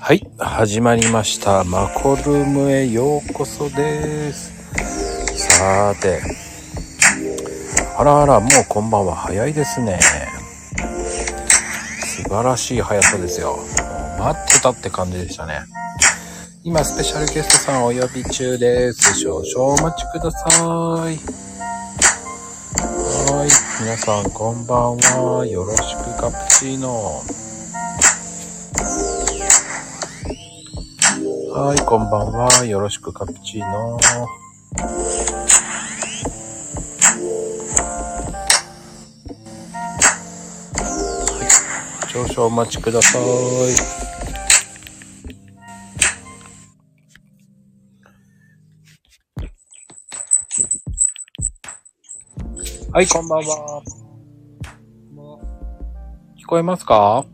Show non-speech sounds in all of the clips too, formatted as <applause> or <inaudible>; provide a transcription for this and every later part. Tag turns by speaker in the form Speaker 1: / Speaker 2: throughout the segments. Speaker 1: はい、始まりました。マコルームへようこそです。さーて。あらあら、もうこんばんは早いですね。素晴らしい速さですよ。もう待ってたって感じでしたね。今、スペシャルゲストさんお呼び中です。少々お待ちください。はい、皆さんこんばんは。よろしくカプチーノ。はい、こんばんは。よろしく、カプチーノ。はい、少々お待ちください。はい、こんばんは。聞こえますか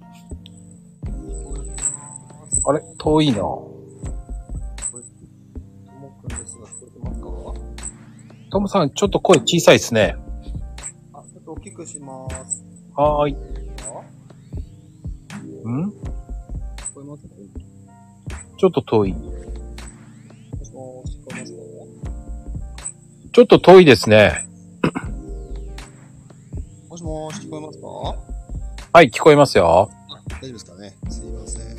Speaker 1: あれ遠いな。
Speaker 2: ともくんですが、聞こえてますか
Speaker 1: トムさん、ちょっと声小さいですね。
Speaker 2: あ、ちょっと大きくします。
Speaker 1: はーい。
Speaker 2: あ
Speaker 1: ん
Speaker 2: 聞こえますか
Speaker 1: ちょっと遠い。
Speaker 2: もしもーし、聞こえますか
Speaker 1: ちょっと遠いですね。
Speaker 2: もしもーし、聞こえますか
Speaker 1: はい、聞こえますよ。
Speaker 2: 大丈夫ですかねすいません。よ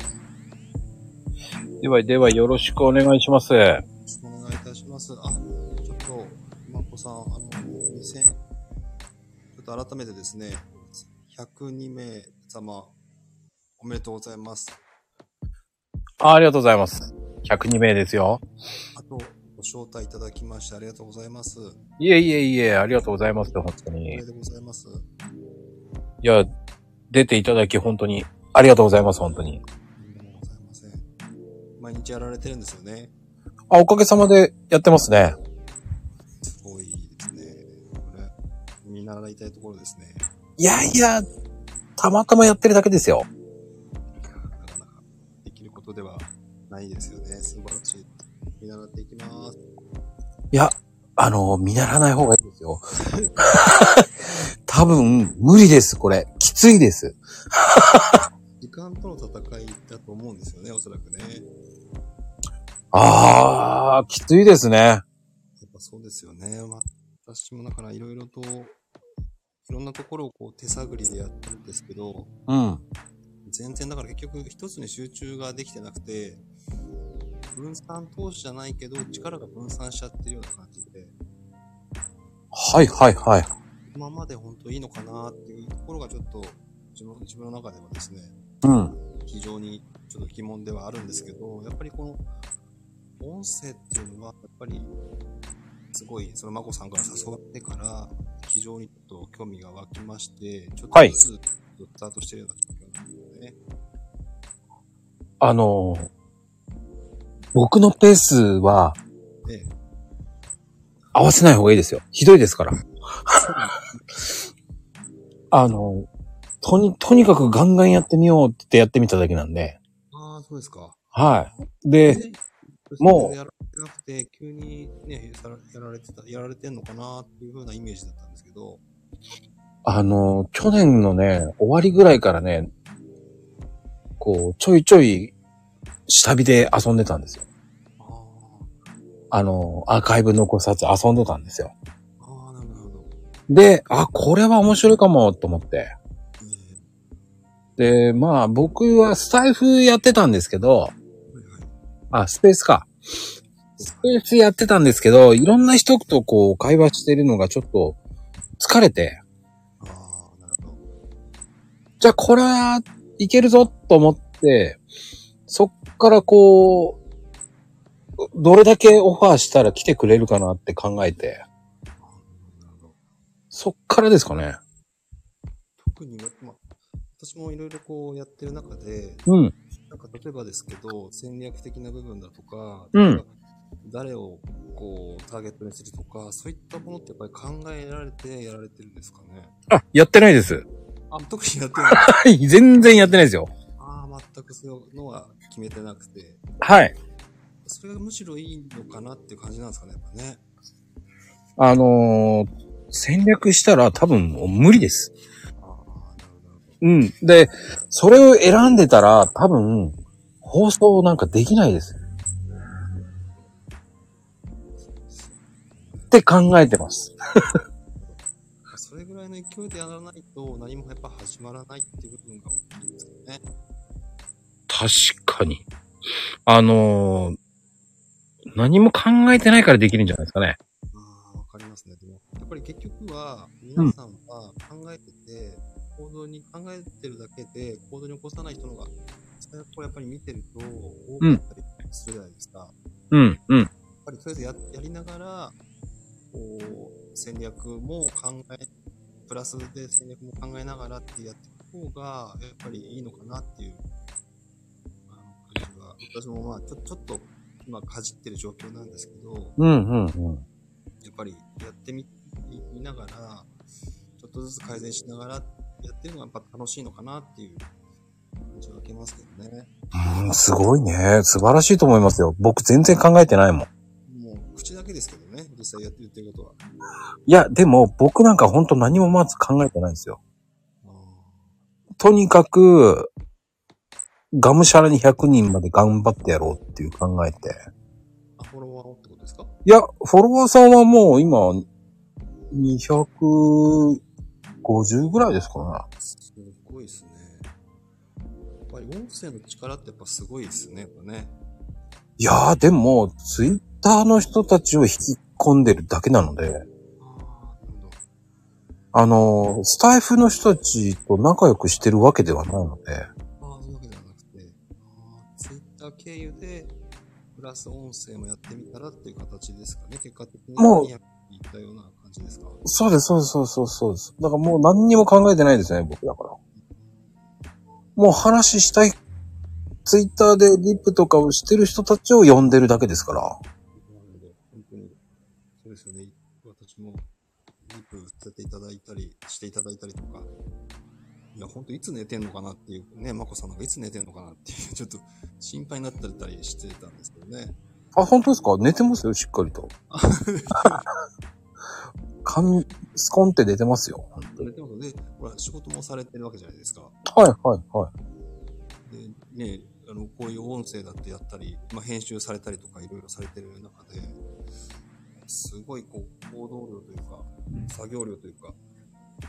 Speaker 1: では、では、よろしくお願いします。
Speaker 2: ろしくお願いいたします。あ、ちょっと、まこさん、あの、2000、ちょっと改めてですね、102名様、おめでとうございます。
Speaker 1: あありがとうございます。102名ですよ。
Speaker 2: あと、ご招待いただきましてありがとうございます。
Speaker 1: いえいえいえ、ありがとうございます、本当
Speaker 2: おめ
Speaker 1: に。い
Speaker 2: でとうございます。
Speaker 1: や、出ていただき、本当に、ありがとうございます、本当に。
Speaker 2: とんでもございません。毎日やられてるんですよね。
Speaker 1: あ、おかげさまでやってますね。
Speaker 2: すごいですね。これ、見習いたいところですね。
Speaker 1: いやいや、たまたまやってるだけですよ。
Speaker 2: なかなかできることではないですよね。素晴らしい。見習っていきます。
Speaker 1: いや、あの、見習わない方がいいですよ。 <laughs> 多分、無理です、これ。きついです。
Speaker 2: 時間との戦いだと思うんですよね、おそらくね。や
Speaker 1: ああ、きついですね。
Speaker 2: っぱそうですよね。ま私もだからいろいろと、いろんなところをこう手探りでやってるんですけど、
Speaker 1: うん。
Speaker 2: 全然だから結局一つに集中ができてなくて、分散投資じゃないけど、力が分散しちゃってるような感じで、
Speaker 1: はいはいはい。
Speaker 2: 今まで本当いいのかなっていうところがちょっと自分自分の中ではですね、
Speaker 1: うん。
Speaker 2: 非常にちょっと疑問ではあるんですけど、やっぱりこの音声っていうのは、やっぱりすごい、そのまこさんから誘われてから、非常にちょっと興味が湧きまして、ちょっと
Speaker 1: はい
Speaker 2: ずつスタートしてるような状況なんですよね。
Speaker 1: あのー僕のペースは
Speaker 2: ええ、
Speaker 1: 合わせない方がいいですよ。ひどいですから。あのーとに、とにかくガンガンやってみようってやってみただけなんで。
Speaker 2: ああ、そうですか。
Speaker 1: はい。で、
Speaker 2: ね
Speaker 1: もう
Speaker 2: やられてなくて、急にね、やらやられてた、やられてんのかなっていうふうなイメージだったんですけど、
Speaker 1: あのー去年のね、終わりぐらいからね、こう、ちょいちょい、下火で遊んでたんですよ。
Speaker 2: ああ、
Speaker 1: あのーアーカイブ残さず遊んでたんですよ。
Speaker 2: ああ、なるほど。
Speaker 1: で、あ、これは面白いかも、と思って。で、
Speaker 2: え
Speaker 1: まあ僕はスタイフやってたんですけど、
Speaker 2: えはいはい。
Speaker 1: あ、スペースか。スペースやってたんですけど、いろんな人とこう会話してるのがちょっと疲れて、
Speaker 2: ああ、なるほど。
Speaker 1: じゃあこれはいけるぞと思って、そっからこう、どれだけオファーしたら来てくれるかなって考えて、
Speaker 2: なるほど。
Speaker 1: そっからですかね。
Speaker 2: 特に、まあ、私もいろいろこうやってる中で、
Speaker 1: うん。
Speaker 2: なんか例えばですけど、戦略的な部分だとか、
Speaker 1: うん
Speaker 2: 誰をこうターゲットにするとか、そういったものってやっぱり考えられてやられてるんですかね。
Speaker 1: あ、やってないです。 <laughs>
Speaker 2: あ、特にやってない。
Speaker 1: はい、全然やってないですよ。
Speaker 2: ああ、全くそういうのは決めてなくて、
Speaker 1: はい。
Speaker 2: それがむしろいいのかなっていう感じなんですかね、やっぱね。
Speaker 1: あのー戦略したら多分もう無理です。
Speaker 2: ああ、なるほどなるほど。
Speaker 1: うん。で、それを選んでたら、多分、放送なんかできないです。って考えてます。
Speaker 2: それぐらいの勢いでやらないと何もやっぱ始まらないっていう部分が大きいですよね。
Speaker 1: 確かに。あのー何も考えてないからできるんじゃないですかね。
Speaker 2: ああ、わかりますね。でも、やっぱり結局は、皆さんは考えてて、行動に考えてるだけで、行動に起こさない人の方が、それをやっぱり見てると、多かったりするじゃないですか。やっ
Speaker 1: うん、うん。
Speaker 2: ぱりとりあえずややりながら、こう、戦略も考え、プラスで戦略も考えながらってやっていく方が、やっぱりいいのかなっていう、あの感じは、私もまあ、ちょちょっと、今、かじってる状況なんですけど、
Speaker 1: うん、うん、うん。
Speaker 2: やっぱりやってみ見ながら、ちょっとずつ改善しながらやってるのがやっぱ楽しいのかなっていう感じは受けますけどね。
Speaker 1: うん、すごいね。素晴らしいと思いますよ。僕全然考えてないもん。
Speaker 2: もう口だけですけどね、実際やって言ってることは。
Speaker 1: いや、でも僕なんかほんと何もまず考えてないんですよ。とにかく、がむしゃらに100人まで頑張ってやろうっていう考えて。
Speaker 2: あ、フォロワーをってことですか
Speaker 1: いや、フォロワーさんはもう今、250ぐらいですか
Speaker 2: すごいですね。やっぱり音声の力ってやっぱすごいですね、やっぱね。
Speaker 1: ね。いやー、でも、ツイッターの人たちを引き込んでるだけなので、
Speaker 2: ああ、なるほど。
Speaker 1: あのー、スタイフの人たちと仲良くしてるわけではないので、
Speaker 2: ああ、そういうわけではなくて、ああ、ツイッター経由で、プラス音声もやってみたらっていう形ですかね、結果的に。
Speaker 1: もう
Speaker 2: いったような感じですか。
Speaker 1: そうです、そうです、そうですそうです、そうです。だからもう何にも考えてないですね、僕だから。もう話したい、ツイッターでリップとかをしてる人たちを呼んでるだけですから。
Speaker 2: なので、本当に、そうですよね。私も、リップさせていただいたり、していただいたりとか、いや、本当いつ寝てんのかなっていう、ね、まこさんなんかいつ寝てんのかなっていう、ち <laughs> ょっと心配になったりたりしてたんですけどね。
Speaker 1: あ、本当ですか寝てますよ、しっかりと。かん、スコンって出てますよ。本当に
Speaker 2: 寝てますよね。ほら、仕事もされてるわけじゃないですか。
Speaker 1: はい、はい、はい。
Speaker 2: で、ね、あの、こういう音声だってやったり、まあ、編集されたりとかいろいろされてる中で、すごいこう、行動量というか、作業量というか、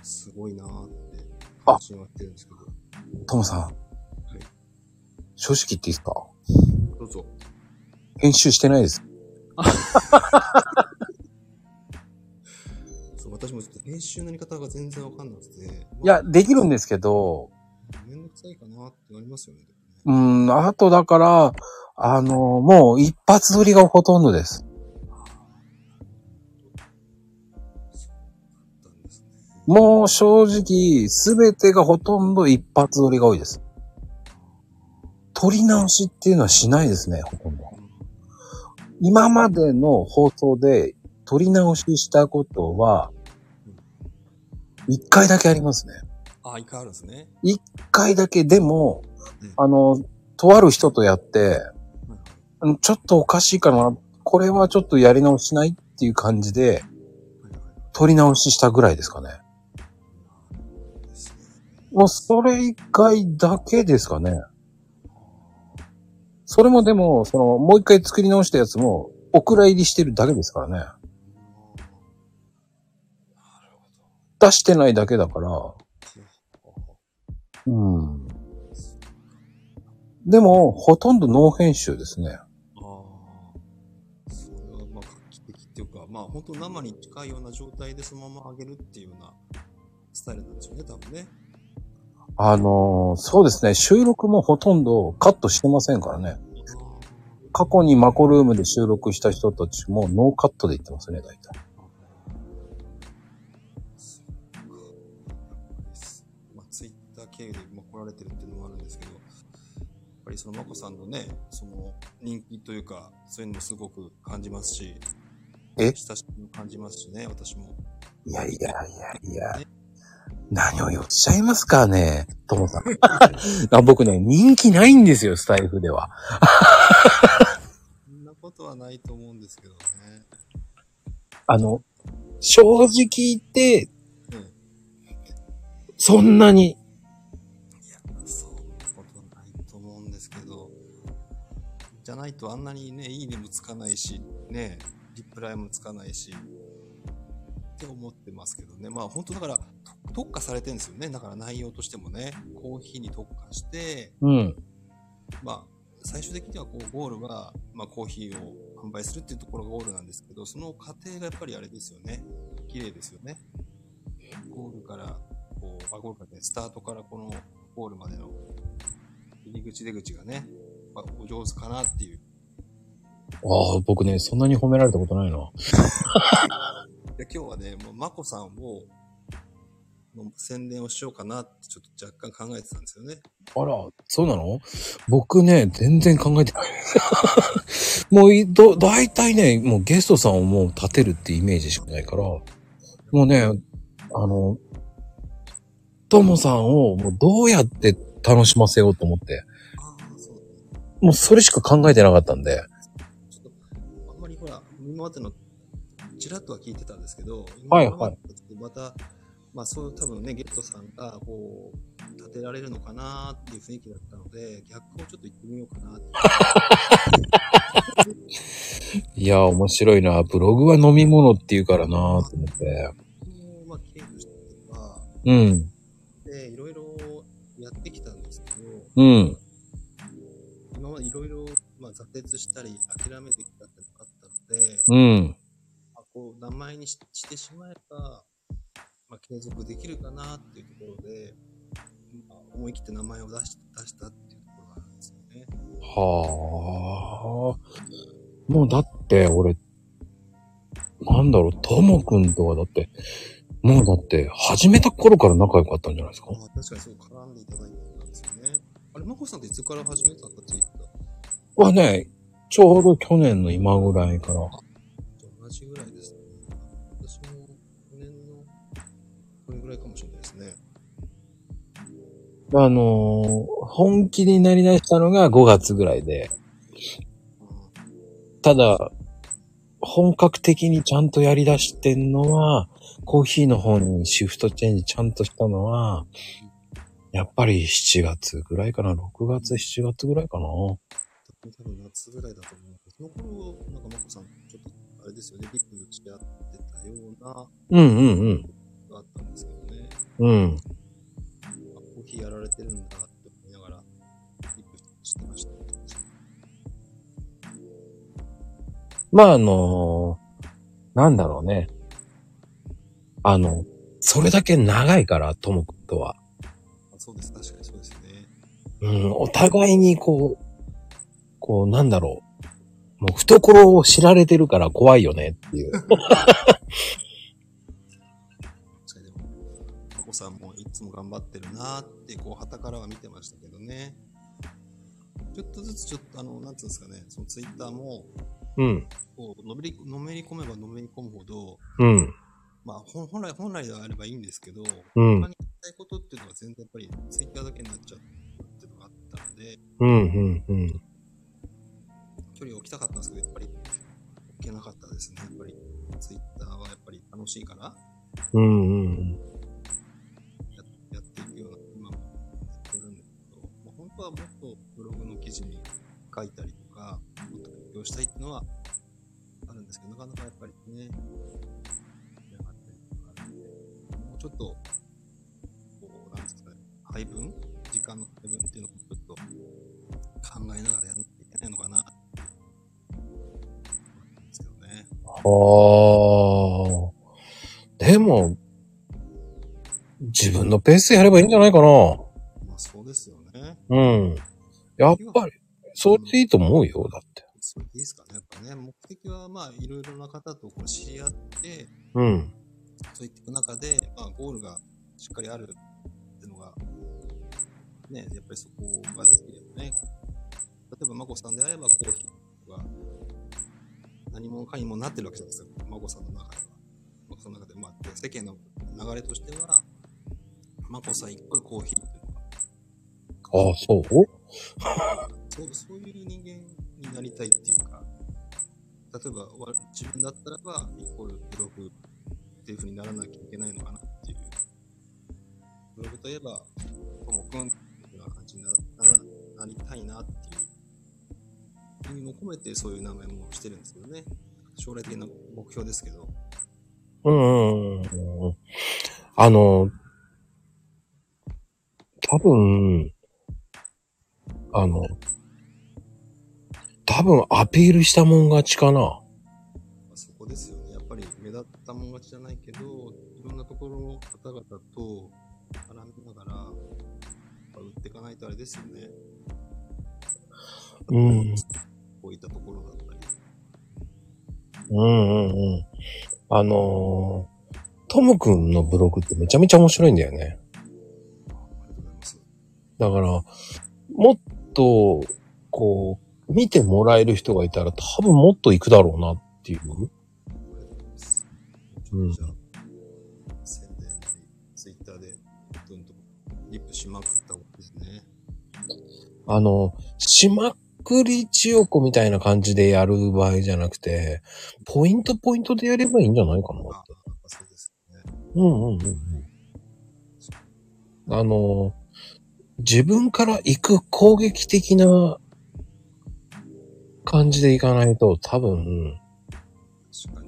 Speaker 2: すごいなーって、感心はしてるんですけど。
Speaker 1: トムさん。
Speaker 2: い
Speaker 1: 正直言っていいですか
Speaker 2: どうぞ。
Speaker 1: 編集してないです。
Speaker 2: そう、私もちょっと編集のやり方が全然わかんなくて。い
Speaker 1: いや、、できるんですけど、
Speaker 2: めんどくさいかなってなりますよね。
Speaker 1: うーん、あとだから、あの、もう一発撮りがほとんどです。
Speaker 2: だんですね。
Speaker 1: もう正直、すべてがほとんど一発撮りが多いです。撮り直しっていうのはしないですね、ほとんど。今までの放送で撮り直ししたことは、一回だけありますね。
Speaker 2: あ、相変わるんですね。
Speaker 1: 一回だけでも
Speaker 2: うん、
Speaker 1: あの、とある人とやって、
Speaker 2: はいはい
Speaker 1: うんちょっとおかしいかな、これはちょっとやり直しないっていう感じで、
Speaker 2: はいは
Speaker 1: 撮り直ししたぐらいですかね。
Speaker 2: い。ですね。
Speaker 1: もうそれ以外だけですかね。それもでも、その、もう一回作り直したやつも、お蔵入りしてるだけですからね。出してないだけだから。うん。でも、ほとんどノー編集ですね。
Speaker 2: ああ。それはまあ画期的っていうか、まあ本当生に近いような状態でそのまま上げるっていうようなスタイルなんでしょうね、多分ね。
Speaker 1: あのーそうですね。収録もほとんどカットしてませんからね。過去にマコルームで収録した人たちもノーカットで言ってますね、大体。
Speaker 2: まあ、ツイッター経由でまあ来られてるっていうのもあるんですけど、やっぱりそのまこさんのね、その人気というか、そういうのもすごく感じますし、
Speaker 1: え
Speaker 2: 親しみも感じますしね、私も。
Speaker 1: いやいやいやいや。何を言っちゃいますかね、ともさん。 <laughs> あ僕ね、人気ないんですよ、スタイフでは。
Speaker 2: そんなことはないと思うんですけどね。
Speaker 1: あの、正直言って、
Speaker 2: うん。い
Speaker 1: そんなに。
Speaker 2: や、そんなことはないと思うんですけど、ないとあんなにね、いいねもつかないし、ね、リプライもつかないし、って思ってますけどね。まあ本当だから、と特化されてるんですよね。だから内容としてもね、コーヒーに特化して、
Speaker 1: うん。
Speaker 2: まあ、最終的にはこうゴールは、まあ、コーヒーを販売するっていうところがゴールなんですけど、その過程がやっぱりあれですよね。綺麗ですよね。ゴールから、こう、あ、ゴールからね、スタートからこのゴールまでの入り口出口がね、まあ、お上手かなっていう。
Speaker 1: ああ、僕ね、そんなに褒められたことないな。
Speaker 2: で今日はね、もう、まこさんを、の宣伝をしようかなってちょっと若干考えてたんですよね。
Speaker 1: あら、そうなの僕ね、全然考えてない。 <laughs> もうい、ど、大体ね、もうゲストさんをもう立てるってイメージしかないから、もうね、あの、ともさんをもうどうやって楽しませようと思って、
Speaker 2: ああ、そう。
Speaker 1: もうそれしか考えてなかったんで、
Speaker 2: ちょっと、あんまりほら、今までの、ちらっとは聞いてたんですけど、
Speaker 1: はい
Speaker 2: 今までのちょっとまた、まあそういう多分ね、ゲットさんが、こう、立てられるのかなっていう雰囲気だったので、逆をちょっと行ってみようかなって。
Speaker 1: いや、面白いな。ブログは飲み物って言うからなと思って。
Speaker 2: もうまあ、経由したりとか、
Speaker 1: うん、
Speaker 2: で、いろいろやってきたんですけど、
Speaker 1: うん、
Speaker 2: 今までいろいろ、まあ、挫折したり、諦めてきたってのがあったので、
Speaker 1: うん。
Speaker 2: まあ、こう、名前にししてしまえば、まあ、継続できるかなっていうところで、まあ、思い切って名前を出し出したっていうところがあるんですよね。
Speaker 1: はあ。もうだって、俺、なんだろう、ともくんとはだって、もうだって、始めた頃から仲良かったんじゃないですか
Speaker 2: まあ、確かにすごく絡んでいただいてたんですよね。あれ、まこさんっていつから始めたんだツイッター
Speaker 1: はね、ちょうど去年の今ぐらいから。
Speaker 2: と同じぐらいですね。私も去年の、これぐらいかもしれないですね。
Speaker 1: あのー本気になりだしたのが5月ぐらいで、
Speaker 2: うん
Speaker 1: ただ、本格的にちゃんとやりだしてんのは、コーヒーの方にシフトチェンジちゃんとしたのは、やっぱり7月ぐらいかな、6月、7月ぐらいかな。
Speaker 2: 多分夏ぐらいだと思うんですけど、その頃、なんかまこさん、ちょっと、あれですよね、リップ打ち合ってたような、
Speaker 1: うんうんうん。
Speaker 2: があったんですけどね。
Speaker 1: うん。
Speaker 2: あコーヒーやられてるんだって思いながら、リップしてました。
Speaker 1: まあ、あのなんだろうね。あの、それだけ長いから、ともくんとは。
Speaker 2: あそうです、確かにそうですね。
Speaker 1: うん、お互いにこう、こう、なんだろう。もう懐を知られてるから怖いよねって <laughs> いう。
Speaker 2: 確かにでも、マコさんもいつも頑張ってるなーって、こう、旗からは見てましたけどね。ちょっとずつ、ちょっと、あの、なんつうんですかね、そのツイッターも、
Speaker 1: うん。
Speaker 2: こう、のめり、のめり込めばのめり込むほど、
Speaker 1: うん。
Speaker 2: まあ、ほん本来、本来であればいいんですけど、
Speaker 1: うん
Speaker 2: 他。に言いたいことっていうのは全然やっぱりツイッターだけになっちゃうっていうのがあったので、
Speaker 1: うん。うん。うん。
Speaker 2: 距離を置きたかったんですけど、やっぱり置けなかったですね。やっぱり、ツイッターはやっぱり楽しいから、
Speaker 1: うん。うん。
Speaker 2: ややっていくような、今もやってるんですけど、まあ、本当はもっとブログの記事に書いたりとか、もっと勉強したいっていうのはあるんですけど、なかなかやっぱりね、やがったりとかあるんで、もうちょっと、こう、なんですかね、配分時間の配分っていうのをちょっと考えながらやらなきゃいけないのかな、ですけどね。
Speaker 1: あー。でも、自分のペースでやればいいんじゃないかな。
Speaker 2: まあそうですよね。
Speaker 1: うん。やっぱり、それでいいと思うよ、だって。
Speaker 2: それでいいですかね。やっぱね、目的はまあいろいろな方とこう知り合って、
Speaker 1: うん。
Speaker 2: そういっていく中で、まあゴールがしっかりあるっていうのが、ね、やっぱりそこができるよね。例えば、まこさんであればコーヒーが何者かにもなってるわけじゃないですか。まこさんの中では。まこさんの中で、まあ世間の流れとしては、まこさんイコールコーヒーっていうのが、
Speaker 1: ああ、そう
Speaker 2: そうそういう人間になりたいっていうか、例えばわ自分だったらば、イコールブログっていう風にならなきゃいけないのかなっていう。ブログといえば、ともくんっていうような感じになななりたいなっていう意味も込めてそういう名前もしてるんですけどね。将来的な目標ですけど。
Speaker 1: うんうんうんうん。あの、多分、あの、多分アピールしたもん勝ちかな。
Speaker 2: まあそこですよね。やっぱり目立ったもん勝ちじゃないけど、いろんなところの方々と絡みながら、やっぱ売っていかないとあれですよね。
Speaker 1: うん。
Speaker 2: こういったところだったり。
Speaker 1: うんうんうん。あのートムくんのブログってめちゃめちゃ面白いんだよね。
Speaker 2: ありがとうございます。
Speaker 1: だから、もっと、こう、見てもらえる人がいたら多分もっと行くだろうなっていう。
Speaker 2: ありがとうございます。
Speaker 1: うん
Speaker 2: じゃあ、宣伝なり、ツイッターでどんどんリップしまくった方がいいですね。
Speaker 1: あの、しまくり千代子みたいな感じでやる場合じゃなくて、ポイントポイントでやればいいんじゃないかな
Speaker 2: あ
Speaker 1: って。、
Speaker 2: そうですよね。
Speaker 1: うんうんうんうん。あの、自分から行く攻撃的な感じで行かないと多分、
Speaker 2: 確かに。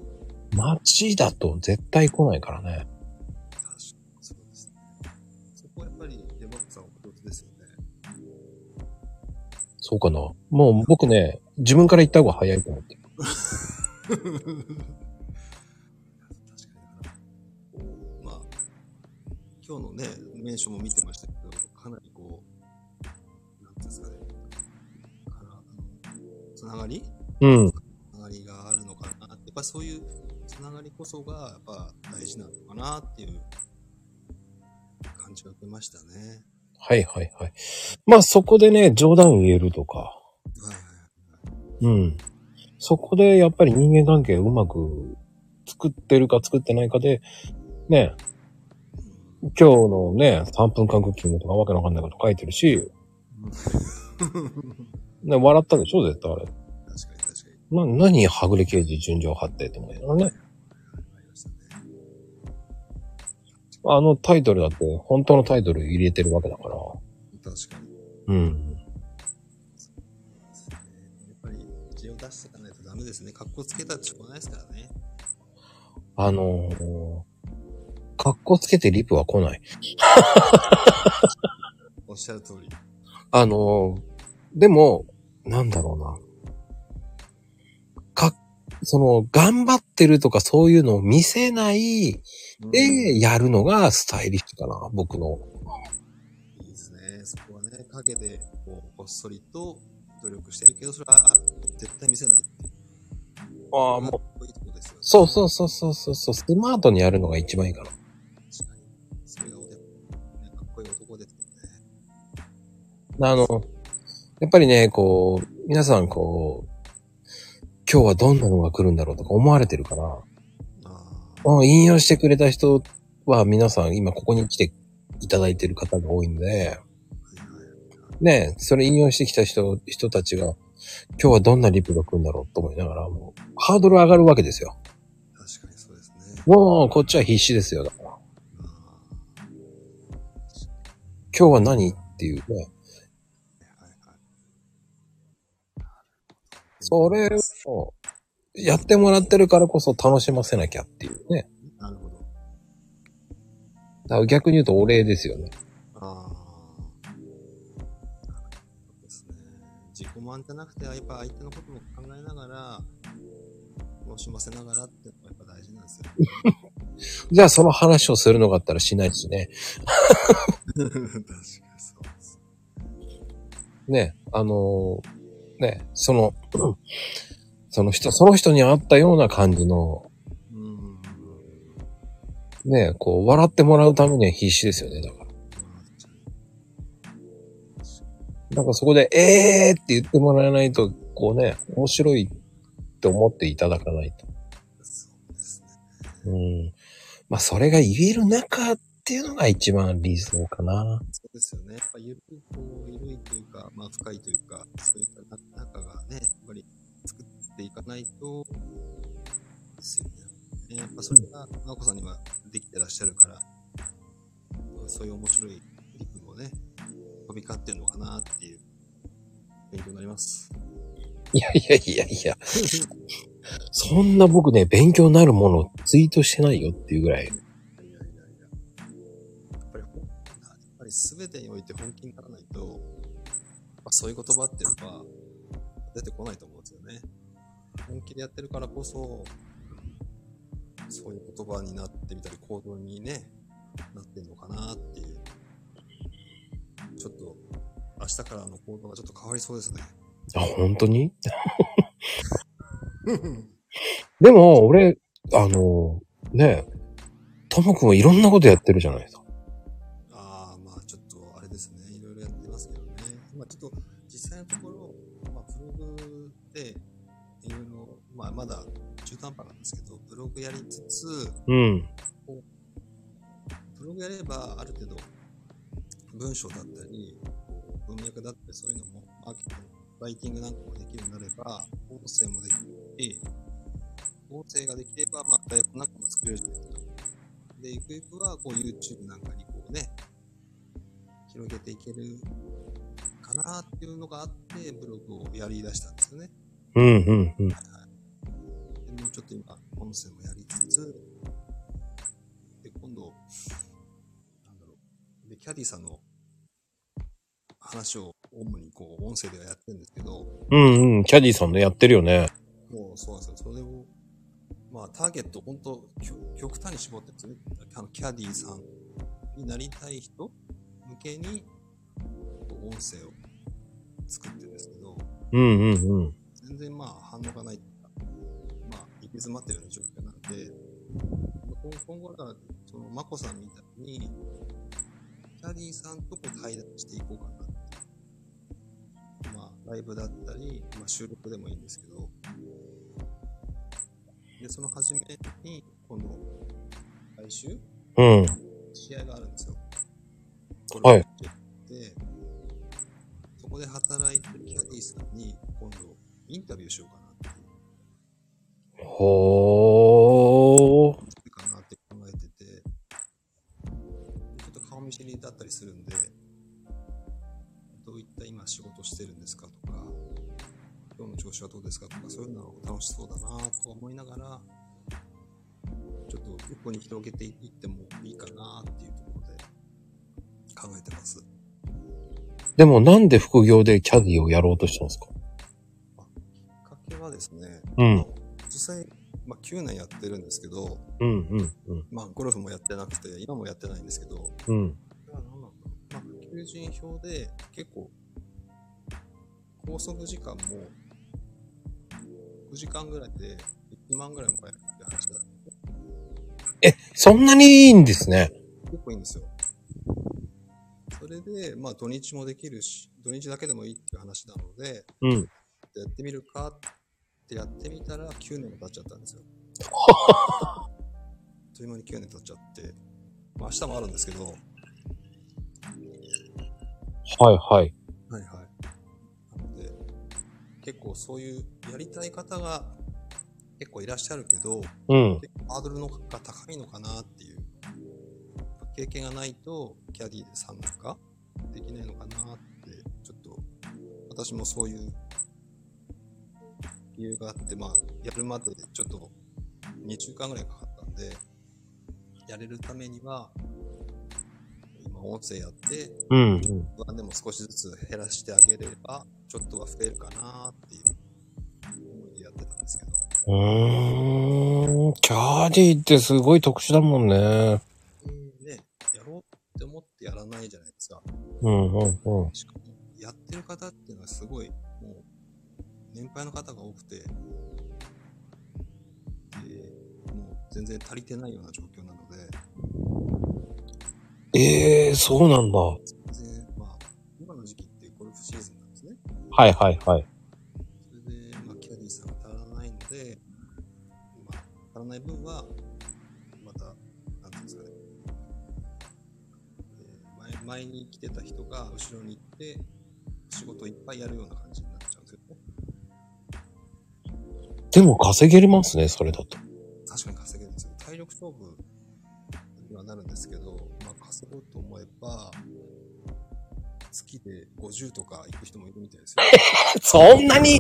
Speaker 1: 街だと絶対来ないからね。
Speaker 2: 確かにそうですね。そこはやっぱりデバッグさんお上手ですよね。
Speaker 1: そうかな。もう僕ね、自分から行った方が早いと思ってる。
Speaker 2: 確かにな。まあ、今日のね、名所も見てましたけど、かなりこう、なんていうんですかね、からつながり
Speaker 1: うん。
Speaker 2: つながりがあるのかな。やっぱそういうつながりこそが、やっぱ大事なのかなっていう感じが受けましたね。
Speaker 1: はいはいはい。まあそこでね、冗談言えるとか。
Speaker 2: はいはい
Speaker 1: うん。そこでやっぱり人間関係をうまく作ってるか作ってないかで、ね、今日のね、3分間クッキングとかわけのわかんないこと書いてるし、
Speaker 2: はい。うん
Speaker 1: ね、笑ったでしょ絶対あれ。
Speaker 2: 確かに確かに。
Speaker 1: な、何はぐれ刑事順序を張ってって思うよね。
Speaker 2: ありましたね。
Speaker 1: あのタイトルだって本当のタイトル入れてるわけだから。
Speaker 2: 確かに。や
Speaker 1: うん。
Speaker 2: っぱり字を出していかないとダメですね。格好つけたってしょうがないですからね。
Speaker 1: あのー、格好つけてリプは来ない。
Speaker 2: おっしゃる通り。
Speaker 1: あのー、でも、なんだろうな。か、その、頑張ってるとかそういうのを見せない
Speaker 2: うんい
Speaker 1: でやるのがスタイリッシュかな、僕の。
Speaker 2: いですね。そこはね、陰でこうこっそりと努力してるけど、それはあ絶対見せないっていう。
Speaker 1: あ
Speaker 2: もう。いいとこですよね。
Speaker 1: そうそうそうそうそうそう、スマートにやるのが一番いいかな。
Speaker 2: 確かに。それがおで、ね、かっこいい男ですよね。
Speaker 1: あの、やっぱりね、こう、皆さんこう、今日はどんなのが来るんだろうとか思われてるから、
Speaker 2: ああ。
Speaker 1: うん引用してくれた人は皆さん今ここに来ていただいてる方が多いんで、ね、それ引用してきた人、人たちが、今日はどんなリプが来るんだろうと思いながら、もう、ハードル上がるわけですよ。
Speaker 2: 確かにそうですね。
Speaker 1: もう、こっちは必死ですよ。だから
Speaker 2: あ
Speaker 1: 今日は何っていうね。
Speaker 2: あ。はいはい。
Speaker 1: それを、やってもらってるからこそ楽しませなきゃっていうね。
Speaker 2: なるほど。
Speaker 1: だから逆に言うとお礼ですよね。
Speaker 2: ああ。そうですね。自己満じゃなくて、やっぱ相手のことも考えながら、楽しませながらって、やっぱ大事なんですよ。
Speaker 1: じゃあその話をするのがあったらしないしね。
Speaker 2: <laughs> 確かにそうです。
Speaker 1: ね、あのーね、その、 <clears throat> うんその人、その人に合ったような感じの、
Speaker 2: うん。
Speaker 1: ね、こう、笑ってもらうためには必死ですよね、だから。だからそこで、えーって言ってもらえないと、こうね、面白いって思っていただかないと。
Speaker 2: そうですね。
Speaker 1: うん。まあ、それが言える中っていうのが一番理想かな。
Speaker 2: そうですよね。やっぱゆるい、こう、ゆるいというか、まあ、深いというか、そういった中がね、やっぱり作っていかないと、ですよね。やっぱそれが、まこさんにはできてらっしゃるから、そういう面白いリプもね、飛び交ってるのかなっていう、勉強になります。
Speaker 1: いやいやいやいや。そんな僕ね、勉強になるものをツイートしてないよっていうぐらい。
Speaker 2: いやいやいやいや。やっぱりほん、やっぱり全てにおいて本気にならないと、まあ、そういう言葉っていうのは出てこないと思うんですよね。本気でやってるからこそ、そういう言葉になってみたり、行動にね、なってんのかなっていう。ちょっと、明日からの行動がちょっと変わりそうですね。
Speaker 1: あ、本当にでも、俺、あの、ねえ、ともくんはいろんなことやってるじゃないですか。
Speaker 2: ああ、まあちょっとあれですね、いろいろやってますけどね。まあちょっと実際のところ、まあブログで、いろいろ、まあまだ中途半端なんですけど、ブログやりつつ、
Speaker 1: うん。
Speaker 2: ブログやればある程度、文章だったり、文脈だったりそういうのも、マーケティング、ライティングなんかもできるようになれば、音声もできるし、音声ができれば、まあ台本なんかも作れるじゃないですか。で、ゆくゆくは、こう YouTube なんかにこうね、広げていけるかなっていうのがあって、ブログをやり出したんですよね。
Speaker 1: うん、うん、うん。
Speaker 2: でもうちょっと今、音声もやりつつ、で、今度、なんだろう、で、キャディさんの話を主にこう、音声ではやってるんですけど、
Speaker 1: うん、うん。キャディさんね、やってるよね。
Speaker 2: もうそうなんですよ。それを、まあ、ターゲット、本当極極端に絞ってですね、あの、キャディさんになりたい人向けに、こう音声を作ってるんですけど、
Speaker 1: うん、うん、うん。
Speaker 2: 全然まあ反応がないっていうかまあ行き詰まってるような状況なんで、今今後だから、その、まこさんみたいに、キャディさんとこう対談していこうかなって。まあ、ライブだったり、まあ、収録でもいいんですけど、で、その初めに、今度、来週、
Speaker 1: うん。
Speaker 2: 試合があるんですよ。
Speaker 1: はい
Speaker 2: ゴルフで、そこで働いてるキャディーさんに今度インタビューしようかなっていう、
Speaker 1: ほー。
Speaker 2: いいかなって考えてて、ちょっと顔見知りだったりするんで、どういった今仕事してるんですかとか、今日の調子はどうですかとか、そういうのを楽しそうだなと思いながら、ちょっと横に広げていってもいいかなっていうところで考えてます。
Speaker 1: でもなんで副業でキャディをやろうとしたんですか
Speaker 2: きっかけはですね、
Speaker 1: うん。
Speaker 2: 実際、まあ、9年やってるんですけど、
Speaker 1: うん、うん、うん。
Speaker 2: まあ、ゴルフもやってなくて、今もやってないんですけど、
Speaker 1: うん。
Speaker 2: まあ、求人票で結構、拘束時間も6時間ぐらいで1万ぐらいもらえるって話だ。
Speaker 1: え、そんなにいいんですね。
Speaker 2: 結構いいんですよ。それで、まあ、土日もできるし、土日だけでもいいっていう話なので、
Speaker 1: うん。
Speaker 2: やってみるかってやってみたら9年も経っちゃったんです <laughs> よ。あっという間に9年経っちゃって、まあ明日もあるんですけど、はい
Speaker 1: はい、はい。
Speaker 2: はい。なので、結構そういうやりたい方が結構いらっしゃるけど、
Speaker 1: うん。
Speaker 2: 結構ハードルのが高いのかなっていう。経験がないと、キャディーで参加できないのかなって、ちょっと、私もそういう理由があって、まあ、やるまでちょっと2週間ぐらいかかったんで、やれるためには、今音声やって、
Speaker 1: うん。
Speaker 2: 不安でも少しずつ減らしてあげれば、ちょっとは増えるかなっていう思いでやってたんですけど。
Speaker 1: うーん。キャディってすごい特殊だもんね。
Speaker 2: ね、やろうって思ってやらないじゃないですか。
Speaker 1: うん、うん、うん。
Speaker 2: しかも、やってる方っていうのはすごい、もう、年配の方が多くて、で、もう全然足りてないような状況なので、
Speaker 1: ええー、そうなんだ。
Speaker 2: 全然、まあ、今の時期ってゴルフシーズンなんですね。
Speaker 1: はい、はい、はい。
Speaker 2: それで、まあ、キャディーさんが足らないので、まあ、足らない分は、また、なんていうんですかね、えー前前に来てた人が後ろに行って、仕事をいっぱいやるような感じになっちゃうんですよね。
Speaker 1: でも稼げますね、それだ <laughs> と。
Speaker 2: 確かに稼げるんですよ。体力勝負にはなるんですけど、まあ、稼ごうと思えば、月で50とか行く人もいるみたいですよ。
Speaker 1: そんなに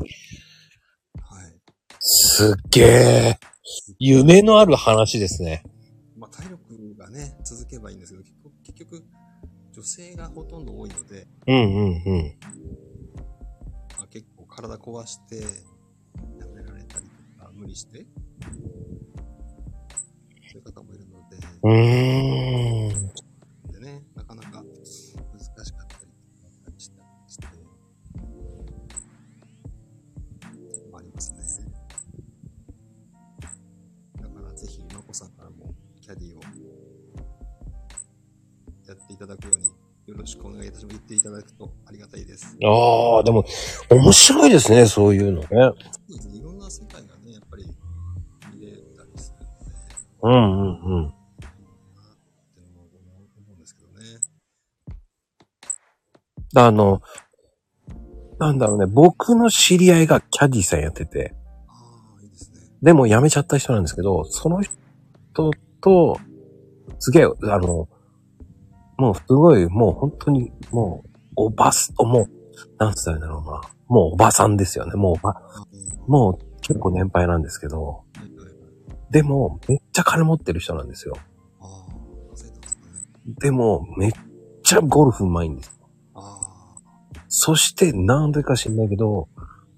Speaker 1: すっげえ。夢のある話ですね。
Speaker 2: まあ、体力がね、続けばいいんですけど、結局、結局女性がほとんど多いので、
Speaker 1: うんうんうん。
Speaker 2: まあ、結構体壊して、やめられたりとか、無理して、そういう方もいるので、
Speaker 1: うーん。
Speaker 2: でね、なかなか難しかったりとかしたりして、ありますね。だからぜひ、まこさんからもキャディをやっていただくように、よろしくお願いいたします。言っていただくとありがたいです。
Speaker 1: ああ、でも、面白いですね、そういうのね。
Speaker 2: そうですねいろんな世界がね、やっぱり見れたりするので、
Speaker 1: うんうんうん。
Speaker 2: なってのも思うんですけどね。
Speaker 1: あの、なんだろうね、僕の知り合いがキャディさんやってて、
Speaker 2: ああ、いいですね。
Speaker 1: でも辞めちゃった人なんですけど、その人と、すげえ、あの、もうすごい、もう本当に、もう、おばす、もう、なんつったらいいんだろうな。もうおばさんですよね。もうおば、
Speaker 2: あ
Speaker 1: もう結構年配なんですけど、
Speaker 2: あ、はいはいはい。
Speaker 1: でも、めっちゃ金持ってる人なんですよ。
Speaker 2: ああ、忘れてますね。
Speaker 1: でも、めっちゃゴルフうまいんです。
Speaker 2: ああ、
Speaker 1: そして、なんでか知んないけど、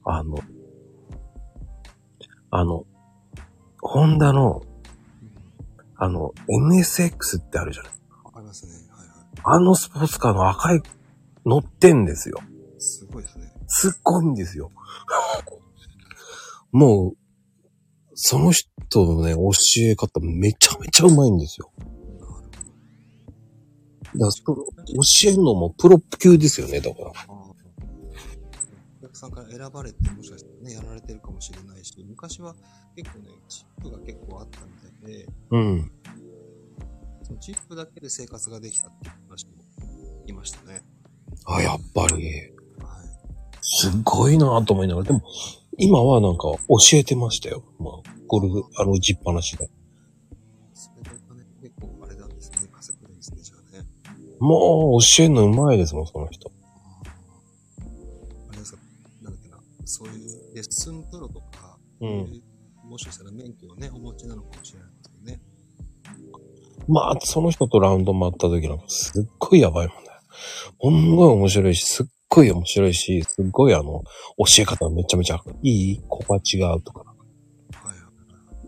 Speaker 1: あの、あの、ホンダの、あの、MSX ってあるじゃない
Speaker 2: わかりますね。はいは
Speaker 1: あのスポーツカーの赤い、乗ってんですよ。
Speaker 2: い。すごいですね。
Speaker 1: すっごいんですよ。 <laughs> もう、その人のね、教え方めちゃめちゃうまいんですよ。
Speaker 2: なるほど。
Speaker 1: だからそ教えるのもプロ級ですよね、だから。
Speaker 2: ああ。お客さんから選ばれて、もしかしたらね、やられてるかもしれないし、昔は結構ね、チップが結構あったみたいで、
Speaker 1: うん。
Speaker 2: そのチップだけで生活ができたっていう話もいましたね。
Speaker 1: あ、やっぱり、
Speaker 2: はい。
Speaker 1: すっごいなと思いながら。でも、今はなんか教えてましたよ。まあ、ゴルフ、あの、打ちっぱなしで。
Speaker 2: それでお金結構あれなんですね。稼ぐんですね、じゃあね。
Speaker 1: もう、教えるのうまいですもん、その人。
Speaker 2: ああれですか、なんだっけな、そういうレッスンプロとか、
Speaker 1: う。
Speaker 2: そうんいうもしかしたら免許をね、お持ちなのかもしれないですけどね。
Speaker 1: まあ、その人とラウンド回った時なんかすっごいやばいもんね。ほんごい面白いし、すっごい面白いし、すっごいあの、教え方めちゃめちゃいい子が違うとか、
Speaker 2: はいはい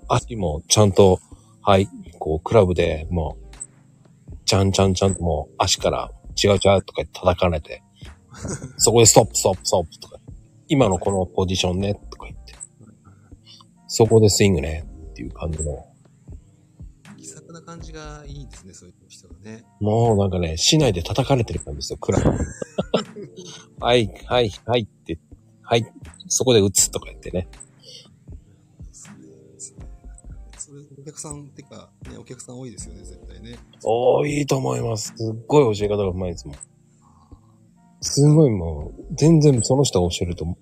Speaker 1: 足もちゃんと、はい、こう、クラブでもう、ちゃんちゃんちゃんともう足から違う違うとか叩かれて、そこでストップストップストップとか、今のこのポジションねとか言って、
Speaker 2: はいはい
Speaker 1: そこでスイングねっていう感じの、
Speaker 2: はい。気さくな感じがいいですね、そういう人がね。
Speaker 1: もうなんかね、市内で叩かれてる感じですよ、ク <laughs> ラブ。はい、はい、はいって、はい、そこで打つとか言ってね。
Speaker 2: そうですね。なんかねそういうお客さん、てか、ね、お客さん多いですよね、絶対ね。
Speaker 1: おー、いいと思います。すっごい教え方がうまいですもん。すごいもう、全然その人が教えると、ある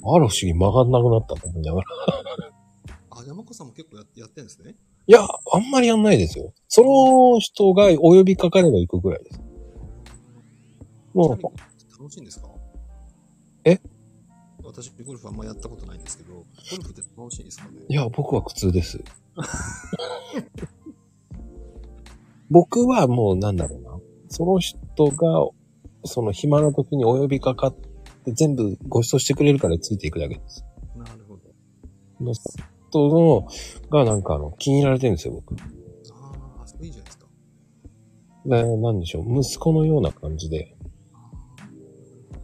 Speaker 1: 不思議曲がんなくなったと思いながら。
Speaker 2: あ、山子さんも結構やってやってるんですね。
Speaker 1: いや、あんまりやんないですよ。その人がお呼びかかれば行くぐらいです。も
Speaker 2: ちな
Speaker 1: う、
Speaker 2: みに楽しいんですか
Speaker 1: え
Speaker 2: 私、ゴルフあんまやったことないんですけど、ゴルフって楽しいですかね
Speaker 1: いや、僕は苦痛です。僕はもうなんだろうな。その人が、その暇な時にお呼びかかって全部ご馳走してくれるからついていくだけです。
Speaker 2: なるほど。
Speaker 1: の人の、がなんかあの、気に入られてるんですよ、僕。
Speaker 2: ああ、それいいじゃないですか。
Speaker 1: ななんでしょう、息子のような感じで。
Speaker 2: ああ、なるほど。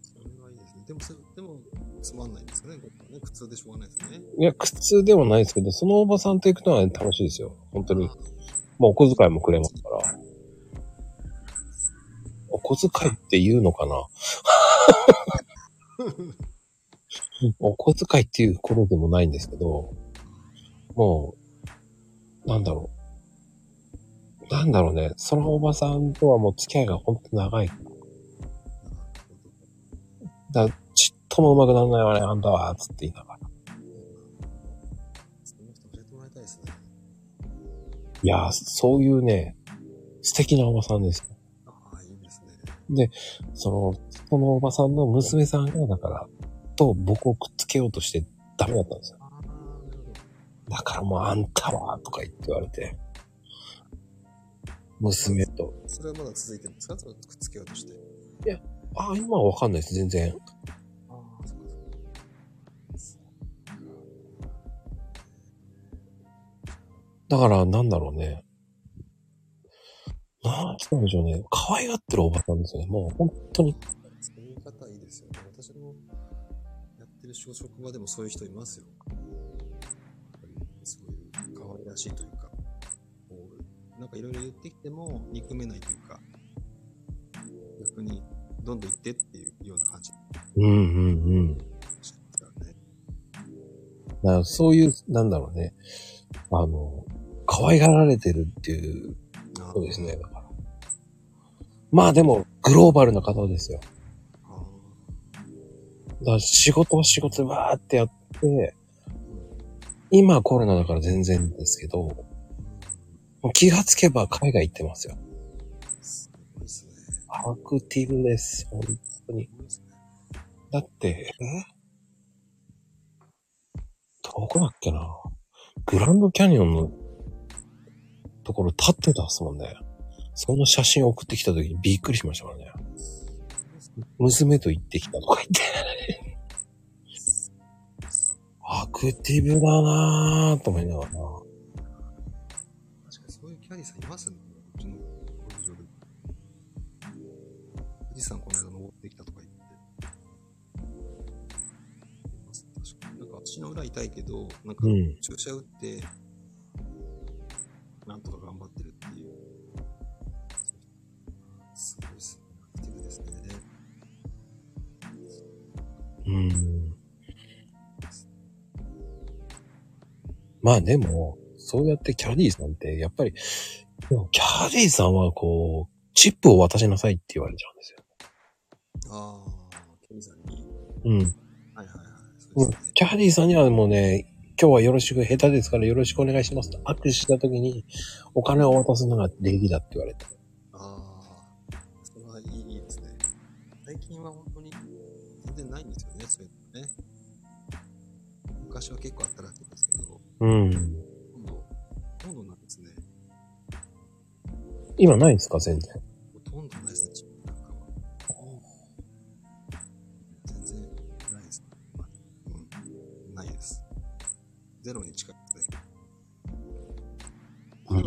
Speaker 2: それはいいですね。でも、それでも、つまんないんですかね、ゴルフはね。苦痛でしょうがないですね。
Speaker 1: いや、苦痛ではないですけど、そのおばさんと行くのは楽しいですよ。本当に。もうお小遣いもくれますから。お小遣いって言うのかな <laughs> お小遣いっていう頃でもないんですけど、もう、なんだろう。なんだろうね。そのおばさんとはもう付き合いが本当長い
Speaker 2: なるほど。
Speaker 1: だちっとも上手くならないわね、あんたは、つって言いながら。
Speaker 2: その人教えてもらいたいですね。
Speaker 1: いやー、そういうね、素敵なおばさんです。
Speaker 2: ああ、いいですね。
Speaker 1: その、そのおばさんの娘さんが、だから、と僕をくっつけようとしてダメだったんですよ。
Speaker 2: あーなるほど
Speaker 1: だからもうあんたは、とか言って言われて、娘と、
Speaker 2: それはまだ続いてるんですかそのくっつけようとして。
Speaker 1: ああ、今はわかんないです、全然。
Speaker 2: ああ、そうか
Speaker 1: だから、なんだろうね。なんつったんでしょうね。可愛がってるおばさんですよね。もう本当に。
Speaker 2: そういう方いいですよね。私のやってる仕事職場でもそういう人いますよ。やっぱりそういう可愛らしいというか、こうなんかいろいろ言ってきても憎めないというか、逆にどんどん言ってっていうような感じ
Speaker 1: うんうんうん。
Speaker 2: してますからね。
Speaker 1: だからそういう、なんだろうね。あの、可愛がられてるっていう
Speaker 2: あ
Speaker 1: ことですね。だから。まあでも、グローバルな方ですよ。
Speaker 2: あ
Speaker 1: だから仕事は仕事でわーってやって、今はコロナだから全然ですけど、も
Speaker 2: うん
Speaker 1: う気がつけば海外行ってますよ。
Speaker 2: すごいですね。
Speaker 1: アクティブです。本当に
Speaker 2: す。ごいですね。
Speaker 1: だって、えどこだっけなグランドキャニオンのところ立ってたっすもんね。その写真送ってきた時にびっくりしましたからね。娘と行ってきたとか言って。アクティブだなぁと思いながらな。
Speaker 2: 確かにそういうキャリーさんいますね。うちの工場で。富士山この間登ってきたとか言って。確かに。なんか足の裏痛いけど、なんか
Speaker 1: うん。
Speaker 2: 注射打って、なんとか頑張ってるっていう。すごいですね。アクティブですね。
Speaker 1: うん。まあでも、そうやってキャディーさんって、やっぱり、でもキャディーさんはこう、チップを渡しなさいって言われちゃうんですよ。
Speaker 2: ああ、キャリーさんに。
Speaker 1: うん。
Speaker 2: はいはいはい。そううんですね。
Speaker 1: キャディーさんにはもうね、今日はよろしく、下手ですからよろしくお願いしますと握手した時に、お金を渡すのが礼儀だって言われて。
Speaker 2: ああ、それはいいいいですね。最近は本当に全然ないんですよね、そういうのね。昔は結構あったらしいんですけど、
Speaker 1: うん。
Speaker 2: 今度、今度なんですね。
Speaker 1: 今ないんですか全然。
Speaker 2: ほとんどないですね、自分なんかは。全然ないです、ね。まあうん、ないです。ゼロに近いですね。あのコン